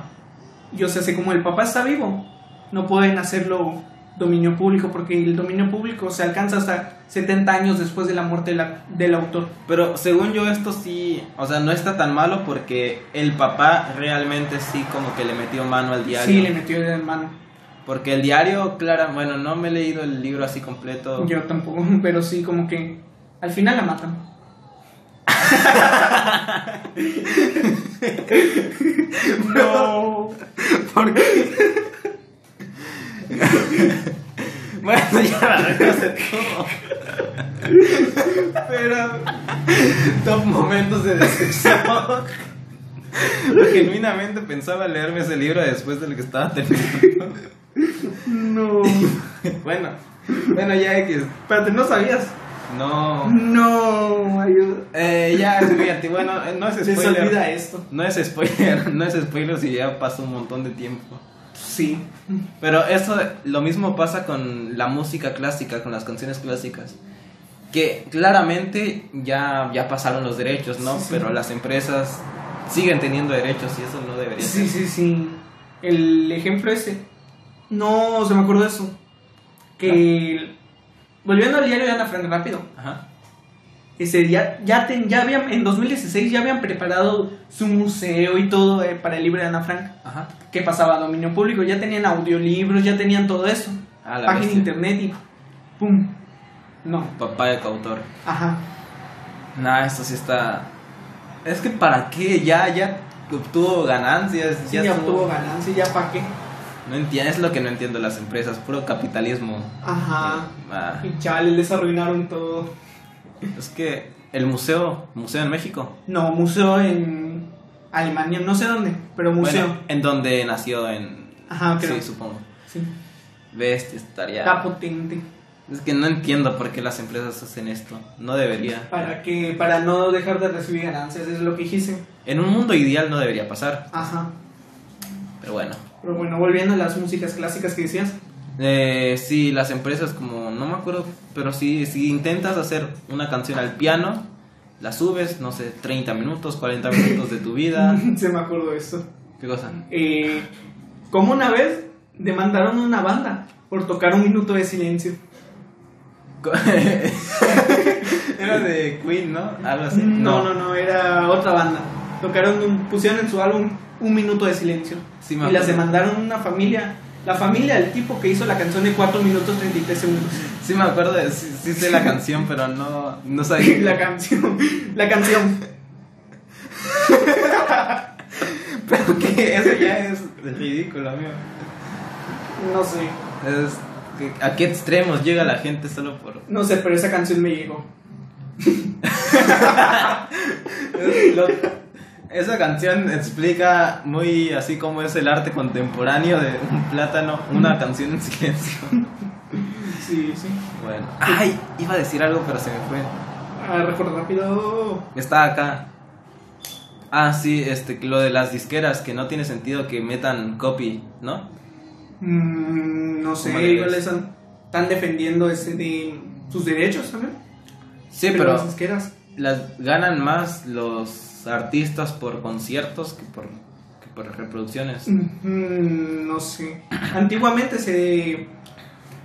Speaker 2: Y o sea, si como el papá está vivo, no pueden hacerlo dominio público, porque el dominio público se alcanza hasta 70 años después de la muerte de la- del autor.
Speaker 1: Pero según yo esto sí, o sea, no está tan malo porque el papá realmente sí como que le metió mano al diario.
Speaker 2: Sí, le metió de mano.
Speaker 1: Porque el diario, claro, bueno, no me he leído el libro así completo.
Speaker 2: Yo tampoco, pero sí, como que al final la matan. no.
Speaker 1: ¿Por qué? bueno, ya la regresé todo.
Speaker 2: Pero
Speaker 1: Top momentos de decepción. Genuinamente pensaba leerme ese libro después del que estaba terminando.
Speaker 2: no.
Speaker 1: bueno, bueno, ya X.
Speaker 2: Espérate, ¿no sabías?
Speaker 1: No.
Speaker 2: No, ayuda.
Speaker 1: Eh, ya, fíjate, bueno, eh, no es
Speaker 2: Se les
Speaker 1: spoiler.
Speaker 2: olvida esto.
Speaker 1: No es spoiler, no es spoiler si ya pasó un montón de tiempo.
Speaker 2: Sí.
Speaker 1: Pero eso, lo mismo pasa con la música clásica, con las canciones clásicas. Que claramente ya, ya pasaron los derechos, ¿no?
Speaker 2: Sí, sí.
Speaker 1: Pero las empresas siguen teniendo derechos y eso no debería
Speaker 2: Sí,
Speaker 1: ser.
Speaker 2: sí, sí. El ejemplo ese. No, se me acordó de eso. Que. el- Volviendo al diario de Ana Frank rápido.
Speaker 1: Ajá.
Speaker 2: Ese, ya, ya, ten- ya habían, en 2016 ya habían preparado su museo y todo eh, para el libro de Ana Frank.
Speaker 1: Ajá.
Speaker 2: Que pasaba a dominio público. Ya tenían audiolibros, ya tenían todo eso.
Speaker 1: A la
Speaker 2: Página de
Speaker 1: bestia.
Speaker 2: internet y. ¡Pum! No.
Speaker 1: Papá de cautor.
Speaker 2: Ajá.
Speaker 1: Nah, esto sí está. Es que para qué, ya, ya obtuvo ganancias.
Speaker 2: Sí,
Speaker 1: ya
Speaker 2: ya
Speaker 1: estuvo-
Speaker 2: obtuvo ganancia, ya pa' qué.
Speaker 1: No entiendo, es lo que no entiendo las empresas, puro capitalismo.
Speaker 2: Ajá.
Speaker 1: Ah,
Speaker 2: Y chale, les arruinaron todo.
Speaker 1: es que el museo, museo en México.
Speaker 2: No, museo en Alemania, no sé dónde, pero museo.
Speaker 1: Bueno, en donde nació en.
Speaker 2: Ajá, creo. Ah,
Speaker 1: Sí,
Speaker 2: Sí,
Speaker 1: supongo. Ves, estaría.
Speaker 2: Está potente. pues.
Speaker 1: Es que no entiendo por qué las empresas hacen esto. No debería.
Speaker 2: Para que, para no dejar de recibir ganancias, es lo que hice.
Speaker 1: En un mundo ideal no debería pasar.
Speaker 2: Ajá.
Speaker 1: Pero bueno.
Speaker 2: Pero bueno, volviendo a las músicas clásicas que decías.
Speaker 1: Eh, sí, las empresas como, no me acuerdo, pero sí, si intentas hacer una canción al piano, la subes, no sé, 30 minutos, 40 minutos de tu vida.
Speaker 2: Se me acordó eso.
Speaker 1: ¿Qué cosa?
Speaker 2: Eh, como una vez demandaron a una banda por tocar un minuto de silencio.
Speaker 1: Co- Era de Queen, Ah, ¿no? Algo así.
Speaker 2: No, no, no, era otra banda. Tocaron, un- pusieron en su álbum un minuto de silencio.
Speaker 1: Sí, me
Speaker 2: y las
Speaker 1: acuerdo.
Speaker 2: demandaron una familia. La familia del tipo que hizo la canción de 4 minutos 33 segundos.
Speaker 1: Sí me acuerdo, de- sí, sí sé la canción, pero no, no sabía.
Speaker 2: La canción. La canción.
Speaker 1: Pero que eso ya es ridículo, amigo.
Speaker 2: No sé.
Speaker 1: Es, que- ¿A qué extremos llega la gente solo por
Speaker 2: No sé, pero esa canción me llegó.
Speaker 1: Lo- esa canción explica muy así como es el arte contemporáneo de un plátano, una canción en silencio.
Speaker 2: Sí, sí.
Speaker 1: Bueno, ay, iba a decir algo, pero se me fue.
Speaker 2: Ah, recuerdo rápido.
Speaker 1: Está acá. Ah, sí, este, lo de las disqueras, que no tiene sentido que metan copy, ¿no?
Speaker 2: Mm, no sé,
Speaker 1: ¿Cómo le
Speaker 2: igual
Speaker 1: ves?
Speaker 2: están, están defendiendo ese de sus derechos también.
Speaker 1: Sí,
Speaker 2: Pero
Speaker 1: pero
Speaker 2: las disqueras.
Speaker 1: las ganan más los artistas por conciertos que por, que por reproducciones.
Speaker 2: Mm, no sé. Antiguamente se,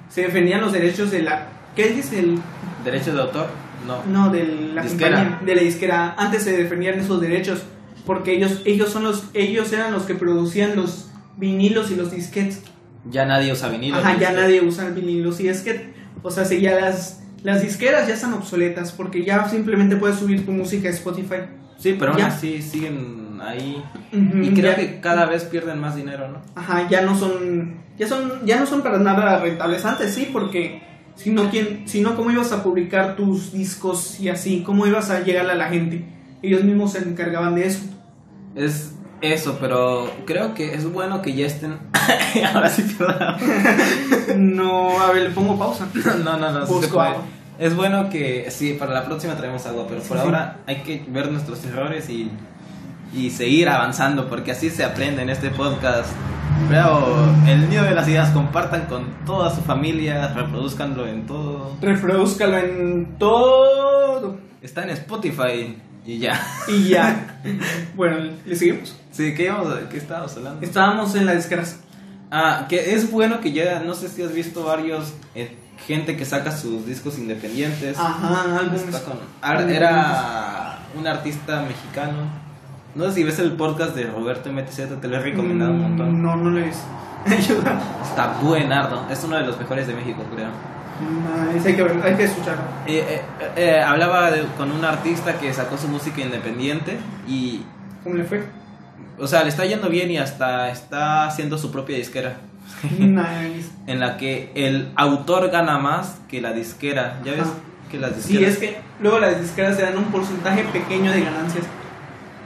Speaker 2: se defendían los derechos de la. ¿Qué dice el.?
Speaker 1: ¿Derechos de autor? No.
Speaker 2: No, de la
Speaker 1: Disquera.
Speaker 2: compañía, de la disquera. Antes se defendían esos derechos. Porque ellos, ellos son los, ellos eran los que producían los vinilos y los disquetes.
Speaker 1: Ya nadie usa vinilo.
Speaker 2: Ajá, ya
Speaker 1: ¿viste?
Speaker 2: nadie usa vinilos y disquetes. O sea, si ya las, las disqueras ya están obsoletas porque ya simplemente puedes subir tu música a Spotify.
Speaker 1: Sí, pero aún
Speaker 2: Ya.
Speaker 1: así siguen ahí.
Speaker 2: Ujú,
Speaker 1: Y creo
Speaker 2: ya-
Speaker 1: que cada vez pierden más dinero, ¿no?
Speaker 2: Ajá, ya no son, ya son, ya no son para nada rentables antes, sí, porque si no, ¿quién, si no, ¿cómo ibas a publicar tus discos y así? ¿Cómo ibas a llegar a la gente? Ellos mismos se encargaban de eso.
Speaker 1: Es eso, pero creo que es bueno que ya estén. Ahora sí, perdón.
Speaker 2: No, a ver, le pongo pausa.
Speaker 1: No, no, no. sí se
Speaker 2: Busco
Speaker 1: puede.
Speaker 2: agua.
Speaker 1: Es bueno que. Sí, para la próxima traemos agua, pero por
Speaker 2: Sí, sí.
Speaker 1: ahora hay que ver nuestros errores y, y seguir avanzando, porque así se aprende en este podcast. Bravo, el nido de las ideas, compartan con toda su familia, reproduzcanlo en todo.
Speaker 2: Reproduzcalo en todo.
Speaker 1: Está en Spotify y ya.
Speaker 2: Y ya. bueno, ¿le seguimos?
Speaker 1: Sí, ¿qué, íbamos a- qué estábamos hablando?
Speaker 2: Estábamos en la disquera.
Speaker 1: Ah, que es bueno que ya, no sé si has visto varios, eh, gente que saca sus discos independientes.
Speaker 2: Ah, Ajá, álbumes.
Speaker 1: Está con- ar- era un artista mexicano. No sé si ves el podcast de Roberto MTZ, te lo he recomendado un montón.
Speaker 2: Mm, No, no le es.
Speaker 1: Está buenardo, es uno de los mejores de México, creo.
Speaker 2: Nice, hay que ver, hay que escucharlo.
Speaker 1: Eh, eh, eh, eh, hablaba de- con un artista que sacó su música independiente y,
Speaker 2: ¿Cómo le fue?
Speaker 1: o sea, le está yendo bien y hasta está haciendo su propia disquera.
Speaker 2: nice.
Speaker 1: en la que el autor gana más que la disquera. ¿Ya ves?
Speaker 2: Ajá.
Speaker 1: Que las
Speaker 2: Sí,
Speaker 1: disqueras.
Speaker 2: es que luego las disqueras te dan un porcentaje pequeño de ganancias.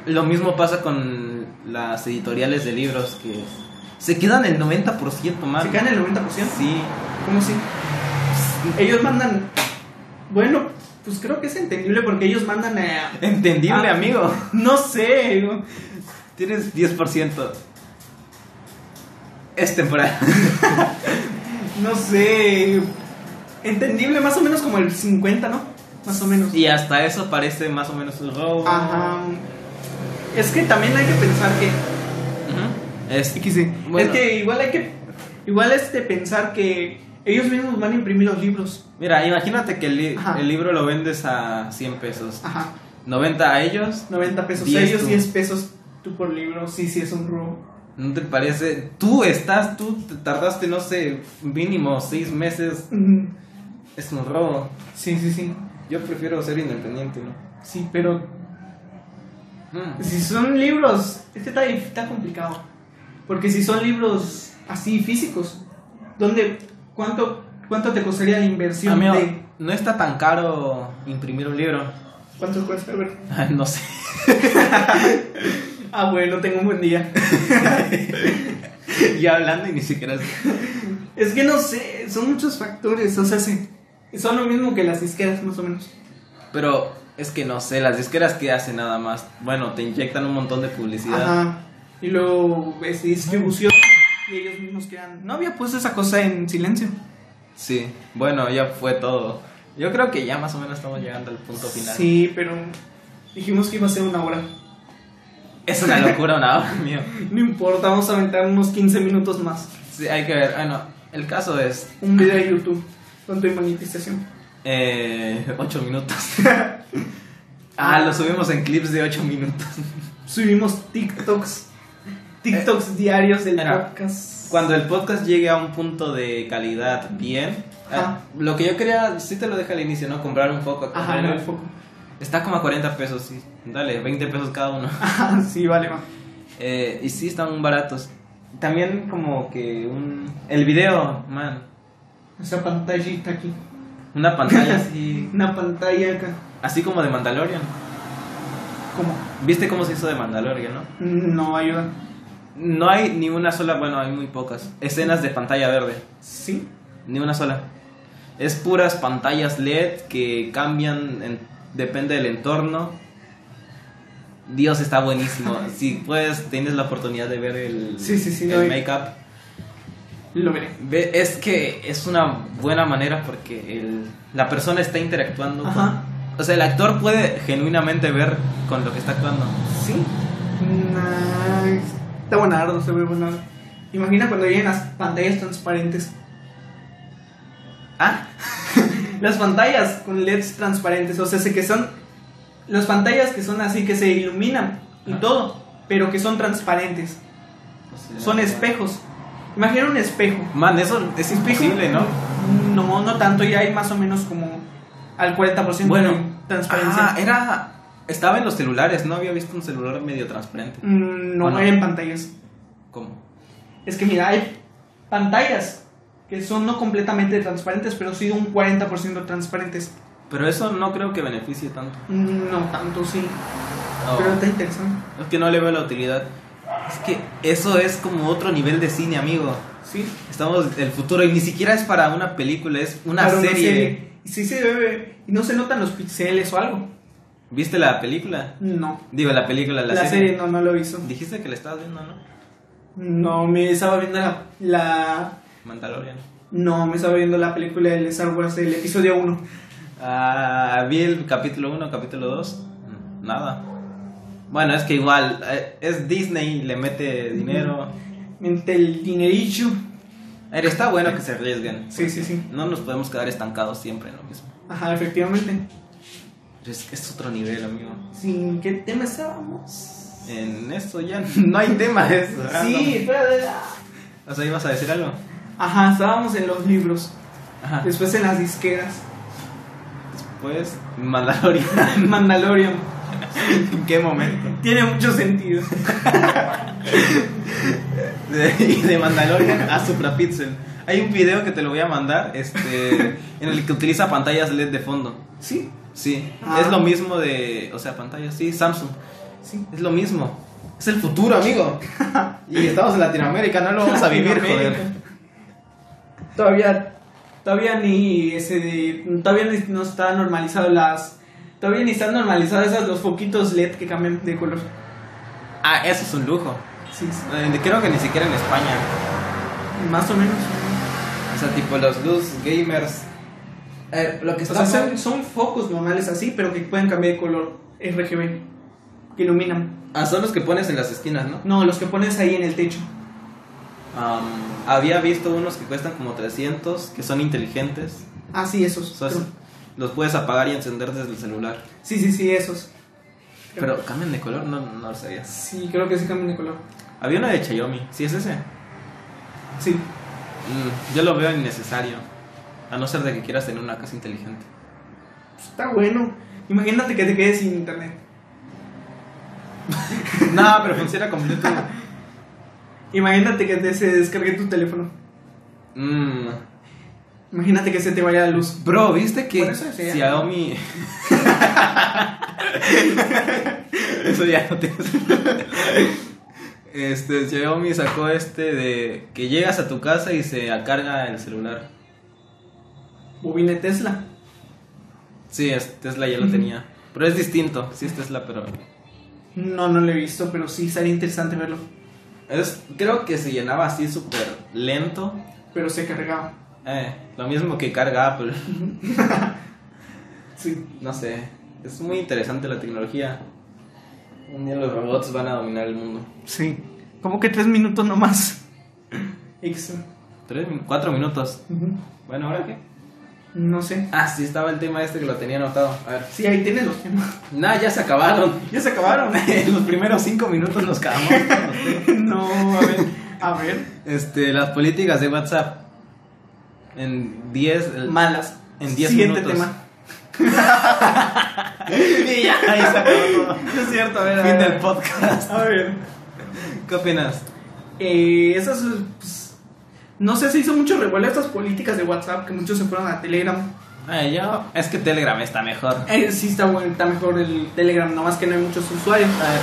Speaker 1: Lo mismo pasa con las editoriales de libros que se quedan el 90% más.
Speaker 2: Se quedan el 90%.
Speaker 1: Sí.
Speaker 2: ¿Cómo si? Ellos mandan. Bueno, pues creo que es entendible porque ellos mandan a.
Speaker 1: Entendible,
Speaker 2: Ah.
Speaker 1: amigo.
Speaker 2: No sé. ¿no?
Speaker 1: Tienes 10%. Es temporal.
Speaker 2: No sé. Entendible más o menos como el 50, ¿no? Más o menos.
Speaker 1: Y hasta eso parece más o menos un robo.
Speaker 2: Ajá. Es que también hay que pensar que.
Speaker 1: Ujú. Es-
Speaker 2: XD.
Speaker 1: Bueno.
Speaker 2: Es que igual hay que. Igual este pensar que ellos mismos van a imprimir los libros.
Speaker 1: Mira, imagínate que el, li-
Speaker 2: Ajá.
Speaker 1: el libro lo vendes a 100 pesos.
Speaker 2: Ajá.
Speaker 1: 90 a ellos.
Speaker 2: 90 pesos.
Speaker 1: 10
Speaker 2: ellos
Speaker 1: tú.
Speaker 2: 10 pesos tú por libro. Sí, sí, es un robo.
Speaker 1: ¿No te parece? Tú estás, tú te tardaste, no sé, mínimo seis meses.
Speaker 2: Mm,
Speaker 1: Es un robo.
Speaker 2: Sí, sí, sí.
Speaker 1: Yo prefiero ser independiente, ¿no?
Speaker 2: Sí, pero
Speaker 1: Mm.
Speaker 2: si son libros, es que está, dif- está complicado. Porque si son libros así físicos, ¿dónde, cuánto, ¿cuánto te costaría la inversión
Speaker 1: Amigo,
Speaker 2: de
Speaker 1: no está tan caro imprimir un libro.
Speaker 2: cuánto cuesta? A ver.
Speaker 1: Ay, no sé.
Speaker 2: Ah, bueno, tengo un buen día.
Speaker 1: ya hablando y ni siquiera... es-
Speaker 2: Es que no sé, son muchos factores, o sea, sí, son lo mismo que las disqueras más o menos.
Speaker 1: Pero es que no sé, las disqueras que hacen nada más. Bueno, te inyectan un montón de publicidad.
Speaker 2: Ajá. Y luego es distribución y ellos mismos quedan. No había puesto esa cosa en silencio.
Speaker 1: Sí, bueno, ya fue todo. Yo creo que ya más o menos estamos llegando al punto final.
Speaker 2: Sí, pero dijimos que iba a ser una hora.
Speaker 1: Es una locura, una hora, mío.
Speaker 2: No importa, vamos a aventar unos 15 minutos más.
Speaker 1: Sí, hay que ver. Bueno, el caso es...
Speaker 2: Un video de YouTube con tu monetización.
Speaker 1: Eh, 8 minutos. ah, lo subimos en clips de 8 minutos.
Speaker 2: Subimos TikToks.
Speaker 1: Eh,
Speaker 2: Tiktoks diarios del
Speaker 1: mira,
Speaker 2: podcast.
Speaker 1: Cuando el podcast llegue a un punto de calidad bien,
Speaker 2: Ajá.
Speaker 1: eh, lo que yo quería, sí te lo deja al inicio, ¿no? Comprar un foco.
Speaker 2: Ajá,
Speaker 1: comprar-
Speaker 2: no, el foco.
Speaker 1: Está como a 40 pesos, sí. Dale, 20 pesos cada uno.
Speaker 2: Ajá, Ah, sí, vale, va.
Speaker 1: Eh, y sí, están baratos. También como que un... El video, man.
Speaker 2: Esa pantallita aquí.
Speaker 1: Una pantalla así,
Speaker 2: Una pantalla acá.
Speaker 1: así como de Mandalorian.
Speaker 2: ¿Cómo?
Speaker 1: ¿Viste cómo se hizo de Mandalorian, no?
Speaker 2: No ayuda.
Speaker 1: No hay ni una sola, bueno, hay muy pocas escenas de pantalla verde.
Speaker 2: Sí.
Speaker 1: Ni una sola. Es puras pantallas LED que cambian en- depende del entorno. Dios está buenísimo. si puedes, tienes la oportunidad de ver el,
Speaker 2: Sí, sí, sí,
Speaker 1: el
Speaker 2: lo vi.
Speaker 1: make-up.
Speaker 2: Lo veré.
Speaker 1: Ve- Es que es una buena manera porque el- la persona está interactuando. con-
Speaker 2: Ajá.
Speaker 1: o sea, el actor puede genuinamente ver con lo que está actuando.
Speaker 2: Sí. Nah, está buenardo, se ve buenardo. Imagina cuando lleguen las pantallas transparentes.
Speaker 1: Ah,
Speaker 2: Las pantallas con LEDs transparentes, o sea, sé que son las pantallas que son así que se iluminan y
Speaker 1: Ajá.
Speaker 2: todo, pero que son transparentes.
Speaker 1: o sea,
Speaker 2: Son espejos. Imagina un espejo.
Speaker 1: Man, eso es imposible, ¿no?
Speaker 2: No, no tanto, ya hay más o menos como al 40% de
Speaker 1: Bueno,
Speaker 2: transparencia.
Speaker 1: Ah, era. Estaba en los celulares, no había visto un celular medio transparente.
Speaker 2: Mm, no,
Speaker 1: Bueno.
Speaker 2: eran pantallas.
Speaker 1: ¿Cómo?
Speaker 2: Es que mira, hay pantallas que son no completamente transparentes, pero sí un 40% transparentes.
Speaker 1: Pero eso no creo que beneficie tanto.
Speaker 2: Mm, No tanto, sí.
Speaker 1: Oh,
Speaker 2: Pero está interesante.
Speaker 1: Es que no le veo la utilidad. Es que eso es como otro nivel de cine, amigo.
Speaker 2: Sí.
Speaker 1: Estamos el futuro y ni siquiera es para una película, es una
Speaker 2: Para
Speaker 1: serie.
Speaker 2: Y Sí se ve, y no se notan los pixeles o algo.
Speaker 1: ¿Viste la película?
Speaker 2: No.
Speaker 1: Digo, la película, la,
Speaker 2: La, serie. no, no lo hizo.
Speaker 1: Dijiste que la estabas viendo, ¿no?
Speaker 2: No, me estaba viendo la, la...
Speaker 1: Mandalorian.
Speaker 2: No, me estaba viendo la película del Star Wars, el episodio 1.
Speaker 1: Ah, vi el capítulo 1, capítulo 2. Nada. Bueno, es que igual, eh, es Disney, le mete dinero.
Speaker 2: Entre el dinerillo.
Speaker 1: Eh, Está bueno que se arriesguen.
Speaker 2: Sí, sí, sí.
Speaker 1: No nos podemos quedar estancados siempre en lo mismo.
Speaker 2: Ajá, efectivamente.
Speaker 1: Pero Es que Pues, es otro nivel, amigo.
Speaker 2: ¿Sin qué tema estábamos?
Speaker 1: En esto ya no hay tema, es random.
Speaker 2: Sí, espérate.
Speaker 1: O sea, ibas a decir algo.
Speaker 2: Ajá, estábamos en los libros,
Speaker 1: Ajá.
Speaker 2: después en las disqueras.
Speaker 1: Después, Mandalorian.
Speaker 2: Mandalorian.
Speaker 1: ¿En qué momento?
Speaker 2: Tiene mucho sentido.
Speaker 1: De, y de Mandalorian a Suprapixel. Hay un video que te lo voy a mandar, este, en el que utiliza pantallas LED de fondo.
Speaker 2: Sí,
Speaker 1: Sí,
Speaker 2: Ah.
Speaker 1: es lo mismo de, o sea, pantallas, sí, Samsung,
Speaker 2: sí.
Speaker 1: es lo mismo. Es el futuro, amigo. Y estamos en Latinoamérica, no lo vamos a vivir, joder.
Speaker 2: Todavía, todavía ni ese de- todavía ni- no está normalizado las, todavía ni están normalizadas esas los foquitos LED que cambian de color.
Speaker 1: Ah, eso es un lujo.
Speaker 2: Sí, sí.
Speaker 1: Eh, Creo que ni siquiera en España.
Speaker 2: más o menos.
Speaker 1: O sea, tipo los luz gamers. Eh, lo que
Speaker 2: O
Speaker 1: está
Speaker 2: sea,
Speaker 1: mal-
Speaker 2: son, son focos normales así, pero que pueden cambiar de color RGB, que iluminan.
Speaker 1: Ah, son los que pones en las esquinas, ¿no?
Speaker 2: No, los que pones ahí en el techo.
Speaker 1: Am, había visto unos que cuestan como 300, que son inteligentes.
Speaker 2: Ah, sí, esos.
Speaker 1: O sea,
Speaker 2: Pero-
Speaker 1: los puedes apagar y encender desde el celular.
Speaker 2: sí, sí, sí, esos.
Speaker 1: Pero cambian de color, no, no lo sabías.
Speaker 2: Sí, creo que sí cambian de color.
Speaker 1: Había uno de Xiaomi, sí es ese.
Speaker 2: Sí.
Speaker 1: Mm, yo lo veo innecesario. A no ser de que quieras tener una casa inteligente.
Speaker 2: Está bueno. Imagínate que te quedes sin internet.
Speaker 1: no, pero funciona con Bluetooth.
Speaker 2: Imagínate que te- se descargue tu teléfono.
Speaker 1: Mm.
Speaker 2: Imagínate que se te vaya la luz.
Speaker 1: Bro, ¿viste que
Speaker 2: Por eso decía-
Speaker 1: Xiaomi... eso ya no te... Este, Xiaomi sacó este de que llegas a tu casa y se carga el celular.
Speaker 2: Bobina de Tesla.
Speaker 1: Sí, es Tesla ya lo tenía. Pero es distinto, sí es Tesla, pero...
Speaker 2: No, no lo he visto, pero sí estaría interesante verlo.
Speaker 1: Es, creo que se llenaba así súper lento.
Speaker 2: Pero se cargaba.
Speaker 1: Eh, lo mismo que carga Apple.
Speaker 2: Sí.
Speaker 1: No sé, es muy interesante la tecnología. Un día los robots van a dominar el mundo.
Speaker 2: Sí. Como que tres minutos nomás. Extra.
Speaker 1: Tres, cuatro minutos.
Speaker 2: Ujú.
Speaker 1: Bueno, ¿ahora qué?
Speaker 2: No sé.
Speaker 1: Ah, sí, estaba el tema este que lo tenía anotado. A ver.
Speaker 2: Sí, ahí tienes los temas.
Speaker 1: Nah, ya se acabaron.
Speaker 2: Ya se acabaron.
Speaker 1: los primeros cinco minutos nos cagamos.
Speaker 2: no, a ver. A ver.
Speaker 1: este, las políticas de WhatsApp. En 10. el-
Speaker 2: Malas.
Speaker 1: En 10
Speaker 2: Siguiente
Speaker 1: minutos.
Speaker 2: tema.
Speaker 1: Y ya, ahí se acabó todo.
Speaker 2: No es cierto, a ver. a
Speaker 1: Fin
Speaker 2: ver.
Speaker 1: del podcast.
Speaker 2: A ver.
Speaker 1: ¿Qué opinas?
Speaker 2: Eh, esas. pues, no sé, se hizo mucho revuelo estas políticas de WhatsApp que muchos se fueron a Telegram.
Speaker 1: Ay, yo. Es que Telegram está mejor.
Speaker 2: Eh, sí está, bueno, está mejor el Telegram, nomás que no hay muchos usuarios.
Speaker 1: A ver,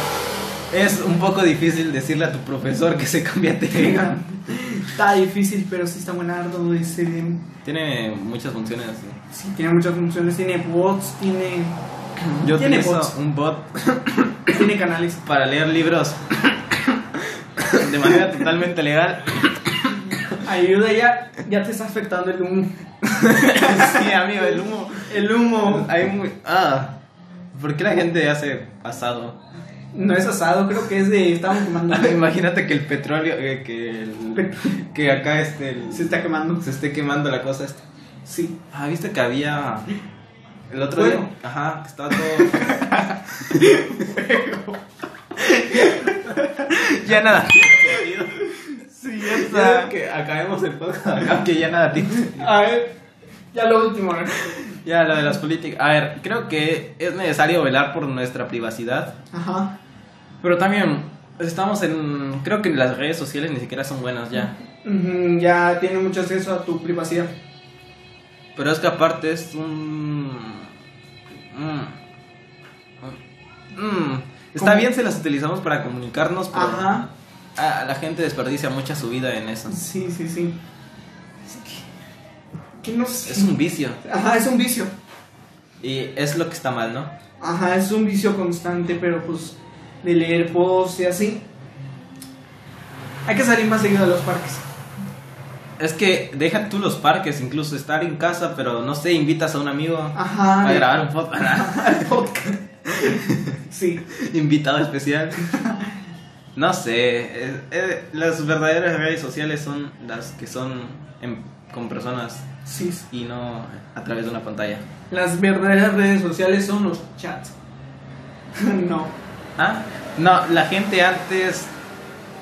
Speaker 1: Es un poco difícil decirle a tu profesor que se cambie a Telegram.
Speaker 2: Está difícil, pero sí está buenardo. Ese,
Speaker 1: Tiene muchas funciones. ¿sí?
Speaker 2: sí, tiene muchas funciones. Tiene bots, tiene
Speaker 1: Yo
Speaker 2: Tiene
Speaker 1: utilizo
Speaker 2: bots.
Speaker 1: un bot
Speaker 2: Tiene canales.
Speaker 1: para leer libros de manera totalmente legal.
Speaker 2: Ayuda ya, ya te está afectando el humo.
Speaker 1: sí, amigo, el humo.
Speaker 2: El humo
Speaker 1: Hay muy... Ah, ¿por qué la gente hace asado?
Speaker 2: no es asado, creo que es de. Estamos quemando.
Speaker 1: Imagínate que el petróleo, eh, que, el- que acá este, el-
Speaker 2: Se está quemando.
Speaker 1: se esté quemando la cosa esta.
Speaker 2: Sí.
Speaker 1: Ah, viste que había el otro
Speaker 2: Fuego.
Speaker 1: día, ajá, que estaba todo. ya nada.
Speaker 2: Sí,
Speaker 1: Ya que acabemos el podcast acá, que ya nada tiene.
Speaker 2: A ver, ya lo último. ¿no?
Speaker 1: Ya lo de las políticas. A ver, creo que es necesario velar por nuestra privacidad,
Speaker 2: Ajá.
Speaker 1: pero también estamos en creo que las redes sociales ni siquiera son buenas ya.
Speaker 2: Ujú, Ya tiene mucho acceso a tu privacidad.
Speaker 1: Pero es que aparte es un. mm, mm. Está
Speaker 2: ¿Cómo?
Speaker 1: bien si las utilizamos para comunicarnos, pero
Speaker 2: Ajá.
Speaker 1: a- a la gente desperdicia mucha su vida en eso.
Speaker 2: Sí, sí, sí. Que no sé.
Speaker 1: Es un vicio.
Speaker 2: Ajá, es un vicio.
Speaker 1: Y es lo que está mal, ¿no?
Speaker 2: Ajá, es un vicio constante, pero pues de leer posts y así. Hay que salir más seguido a los parques.
Speaker 1: Es que deja tú los parques, incluso estar en casa, pero no sé, invitas a un amigo
Speaker 2: Ajá.
Speaker 1: a grabar un podcast.
Speaker 2: Al podcast. Sí.
Speaker 1: Invitado especial. No sé, es- es- las verdaderas redes sociales son las que son en- con personas
Speaker 2: Sí. sí.
Speaker 1: y no a través de una pantalla.
Speaker 2: Las verdaderas redes sociales son los chats. no.
Speaker 1: ¿Ah? No, la gente antes,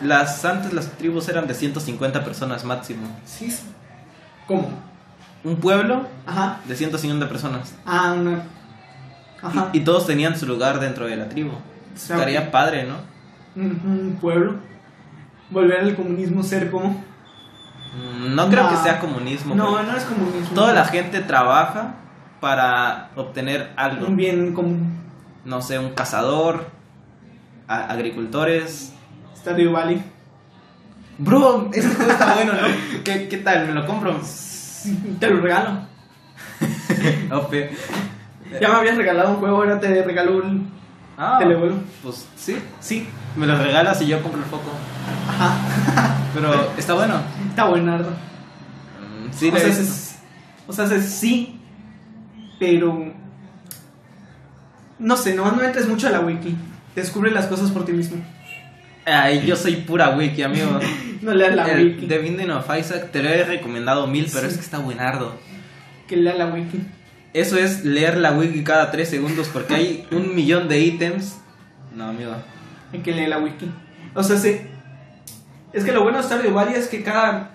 Speaker 1: las antes las tribus eran de 150 personas máximo.
Speaker 2: Sí. sí. ¿Cómo?
Speaker 1: Un pueblo
Speaker 2: Ajá.
Speaker 1: de 150 personas.
Speaker 2: Ah, una. Ajá.
Speaker 1: Y, y todos tenían su lugar dentro de la tribu.
Speaker 2: Sí, ok.
Speaker 1: Estaría padre, ¿no?
Speaker 2: Un pueblo. Volver al comunismo, ser como.
Speaker 1: Mm, No creo
Speaker 2: No.
Speaker 1: que sea comunismo.
Speaker 2: No,
Speaker 1: pero
Speaker 2: no es comunismo.
Speaker 1: Toda la gente trabaja para obtener algo.
Speaker 2: Un bien común.
Speaker 1: No sé, un cazador, a- agricultores.
Speaker 2: Estadio Valley.
Speaker 1: Bro, este juego está bueno, ¿no? ¿Qué, qué tal? ¿Me lo compro?
Speaker 2: Sí, te lo regalo.
Speaker 1: Ope.
Speaker 2: Ya me habías regalado un juego, ahora te regalo un
Speaker 1: Ah,
Speaker 2: televuelo.
Speaker 1: Pues sí, sí, me lo regalas y yo compro el foco.
Speaker 2: Ajá.
Speaker 1: Pero está bueno.
Speaker 2: Está buenardo.
Speaker 1: Mm, Sí,
Speaker 2: o,
Speaker 1: lo he
Speaker 2: sea,
Speaker 1: visto.
Speaker 2: es- o sea, es sí, pero. No sé, nomás no entres mucho a la wiki. Descubre las cosas por ti mismo.
Speaker 1: Ay, yo soy pura wiki, amigo.
Speaker 2: No leas la wiki.
Speaker 1: El The Binding of Isaac te lo he recomendado mil, pero
Speaker 2: Sí.
Speaker 1: es que está buenardo.
Speaker 2: Que lea la wiki.
Speaker 1: Eso es leer la wiki cada tres segundos porque hay un millón de ítems. No, amigo.
Speaker 2: Hay que leer la wiki. O sea, sí. Es que lo bueno de Stardew Valley es que cada.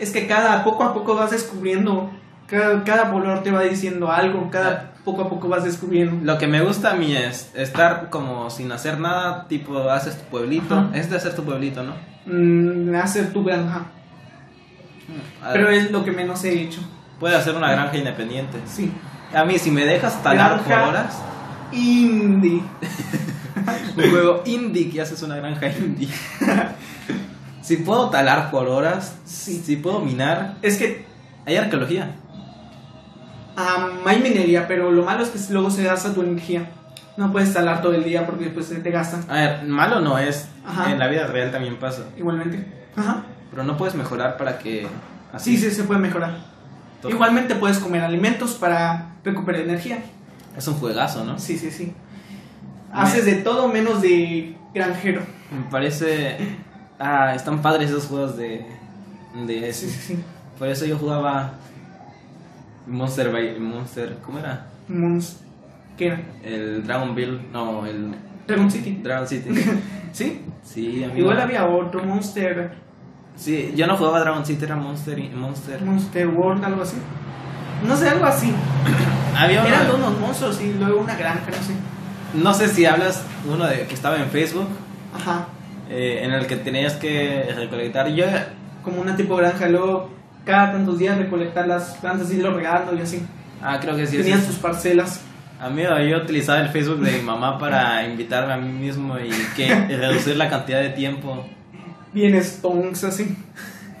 Speaker 2: Es que cada poco a poco vas descubriendo. Cada, cada poblador te va diciendo algo. Cada poco a poco vas descubriendo.
Speaker 1: Lo que me gusta a mí es estar como sin hacer nada, tipo haces tu pueblito.
Speaker 2: Ajá.
Speaker 1: Es de hacer tu pueblito, ¿no?
Speaker 2: Mm, hacer tu granja.
Speaker 1: A-
Speaker 2: Pero es lo que menos he hecho.
Speaker 1: Puedes Ah, hacer una granja independiente.
Speaker 2: Sí.
Speaker 1: A mí, si me dejas talar por
Speaker 2: Granja.
Speaker 1: horas,
Speaker 2: Indie.
Speaker 1: Un juego indie que haces una granja indie. si puedo talar por horas,
Speaker 2: Sí.
Speaker 1: si puedo minar,
Speaker 2: Es que
Speaker 1: hay arqueología.
Speaker 2: am, hay minería, pero lo malo es que luego se gasta tu energía. No puedes talar todo el día porque después se te gasta.
Speaker 1: A ver, malo no es,
Speaker 2: Ajá.
Speaker 1: en la vida real también pasa,
Speaker 2: Igualmente. Ajá.
Speaker 1: pero no puedes mejorar para que así
Speaker 2: Sí, sí, se puede mejorar.
Speaker 1: todo.
Speaker 2: Igualmente puedes comer alimentos para recuperar energía.
Speaker 1: Es un juegazo, ¿no?
Speaker 2: Sí, sí, sí. Haces de todo menos de granjero.
Speaker 1: Me parece ah, están padres esos juegos de de
Speaker 2: Sí,
Speaker 1: ese.
Speaker 2: sí, sí.
Speaker 1: Por eso yo jugaba Monster Bay- Monster, ¿cómo era?
Speaker 2: Mons. ¿Qué era?
Speaker 1: El Dragon Bill, no, el
Speaker 2: Dragon City.
Speaker 1: Dragon City. ¿Sí? Sí, amigo.
Speaker 2: Igual había otro Monster.
Speaker 1: Sí, yo no jugaba Dragon City, era Monster y- Monster.
Speaker 2: Monster World, algo así. No sé, algo así.
Speaker 1: Había
Speaker 2: Eran de
Speaker 1: uno,
Speaker 2: unos monstruos y luego una granja, no sé.
Speaker 1: no sé si hablas uno de que estaba en Facebook,
Speaker 2: Ajá.
Speaker 1: eh, en el que tenías que recolectar. Yo
Speaker 2: Como una tipo granja. Luego, cada tantos días recolectar las plantas y lo regando y así.
Speaker 1: ah, creo que sí, sí.
Speaker 2: Tenían sus parcelas.
Speaker 1: Amigo, yo utilizaba el Facebook de mi mamá para invitarme a mí mismo y que y reducir la cantidad de tiempo.
Speaker 2: Bien stonks, así.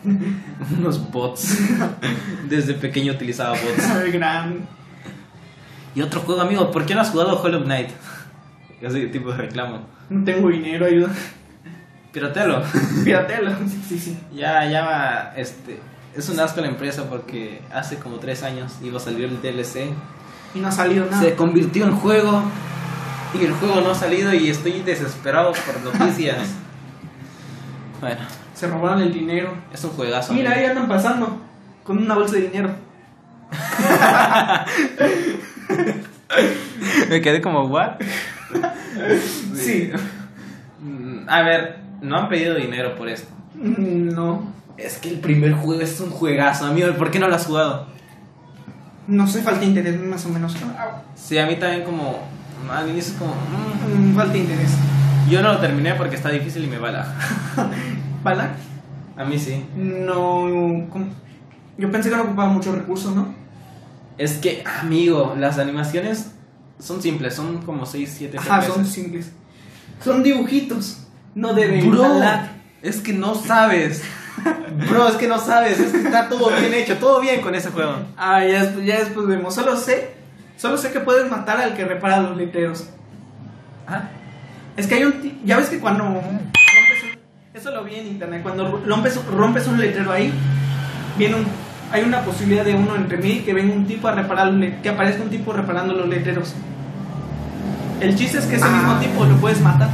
Speaker 1: Unos bots. Desde pequeño utilizaba bots.
Speaker 2: Gran.
Speaker 1: Y otro juego, amigo, ¿por qué no has jugado Hollow Knight? Ese tipo de reclamo.
Speaker 2: No tengo dinero, ayuda.
Speaker 1: Piratelo.
Speaker 2: Píratelo. Sí, sí, sí.
Speaker 1: ya, ya, este. Es un asco la empresa porque hace como tres años iba a salir el DLC.
Speaker 2: Y no ha salido nada.
Speaker 1: Se convirtió en juego. Y el juego no ha salido y estoy desesperado por noticias. bueno,
Speaker 2: Se robaron el dinero.
Speaker 1: es un juegazo.
Speaker 2: Mira, ahí
Speaker 1: amigo.
Speaker 2: andan pasando. Con una bolsa de dinero.
Speaker 1: Me quedé como, ¿what?
Speaker 2: Sí.
Speaker 1: Mm, A ver, no han pedido dinero por esto.
Speaker 2: Mm, No.
Speaker 1: Es que el primer juego es un juegazo, amigo. ¿Por qué no lo has jugado?
Speaker 2: No sé, falta interés, más o menos. Ah,
Speaker 1: Sí, a mí también como... Al inicio es como... mm.
Speaker 2: mm, Falta interés.
Speaker 1: Yo no lo terminé porque está difícil y me bala.
Speaker 2: ¿Bala?
Speaker 1: A mí sí.
Speaker 2: No. ¿cómo? Yo pensé que no ocupaba muchos recursos, ¿no?
Speaker 1: Es que, amigo, las animaciones son simples. Son como 6, 7
Speaker 2: Ajá, son simples. Son dibujitos. No deben
Speaker 1: Bro,
Speaker 2: jalar.
Speaker 1: es que no sabes. Bro, es que no sabes. Es que está todo bien hecho. Todo bien con ese juego.
Speaker 2: Ah, ya después, ya después vemos. Solo sé. Solo sé que puedes matar al que repara los letreros.
Speaker 1: Ajá.
Speaker 2: Es que hay un. ti- Ya ves que cuando. rompes un- eso lo vi en internet. Cuando ro- rompes, rompes un letrero ahí, viene un- hay una posibilidad de uno entre mil que venga un tipo a reparar. los le- Que aparezca un tipo reparando los letreros. El chiste es que ese
Speaker 1: Ah.
Speaker 2: mismo tipo lo puedes matar.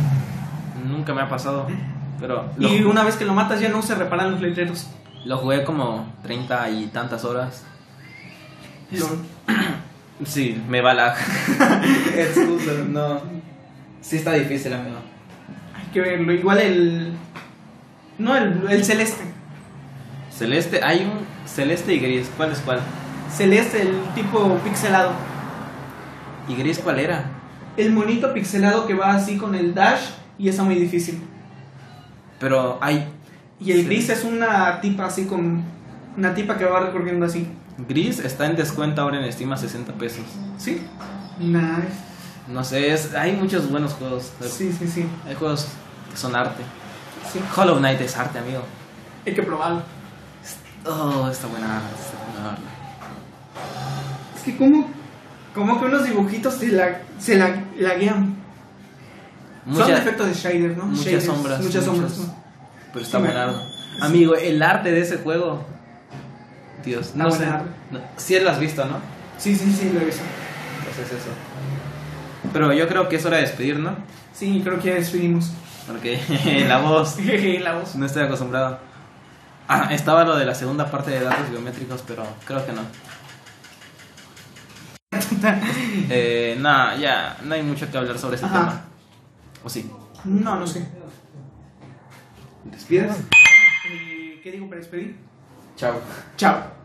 Speaker 1: Nunca me ha pasado. Pero lo,
Speaker 2: Y una vez que lo matas, ya no se reparan los letreros.
Speaker 1: lo jugué como 30 y tantas horas.
Speaker 2: Lo-
Speaker 1: Sí, me bala. Excusa, no. Sí está difícil, amigo.
Speaker 2: Hay que verlo. Igual el. No, el, el celeste.
Speaker 1: Celeste, hay un celeste y gris. ¿Cuál es cuál?
Speaker 2: Celeste, el tipo pixelado.
Speaker 1: ¿Y gris cuál era?
Speaker 2: El monito pixelado que va así con el dash y está muy difícil.
Speaker 1: Pero hay
Speaker 2: Y el
Speaker 1: Sí.
Speaker 2: gris es una tipa así con. Una tipa que va recorriendo así.
Speaker 1: Gris está en descuento ahora en Steam a 60 pesos.
Speaker 2: ¿Sí? Nice.
Speaker 1: No sé, es, hay muchos buenos juegos.
Speaker 2: Sí, sí, sí.
Speaker 1: Hay juegos que son arte.
Speaker 2: sí.
Speaker 1: Hollow Knight es arte, amigo.
Speaker 2: Hay que probarlo.
Speaker 1: Oh, está buena. está buena arte.
Speaker 2: Es que como. Como que unos dibujitos se la. se la laguean. Son
Speaker 1: Mucha-
Speaker 2: efectos de shaders, ¿no?
Speaker 1: muchas
Speaker 2: Shaders,
Speaker 1: sombras,
Speaker 2: Muchas sombras.
Speaker 1: muchas-
Speaker 2: ¿no?
Speaker 1: Pero está
Speaker 2: Sí,
Speaker 1: buena.
Speaker 2: me-
Speaker 1: arte. Amigo, el arte de ese juego. Dios, no
Speaker 2: buena
Speaker 1: sé.
Speaker 2: arte.
Speaker 1: No, sí lo has visto, ¿no?
Speaker 2: Sí, sí, sí, lo he visto.
Speaker 1: Pues es eso. Pero yo creo que es hora de despedir, ¿no?
Speaker 2: Sí, creo que ya despedimos.
Speaker 1: Porque la voz.
Speaker 2: Jeje, la voz.
Speaker 1: No estoy acostumbrado. Ah, estaba lo de la segunda parte de datos biométricos, pero creo que no. Eh, nada, ya, no hay mucho que hablar sobre ese
Speaker 2: Ajá.
Speaker 1: tema. ¿O sí?
Speaker 2: No, no sé.
Speaker 1: ¿Despides?
Speaker 2: Eh, ¿Qué digo para despedir?
Speaker 1: Chao.
Speaker 2: Chao.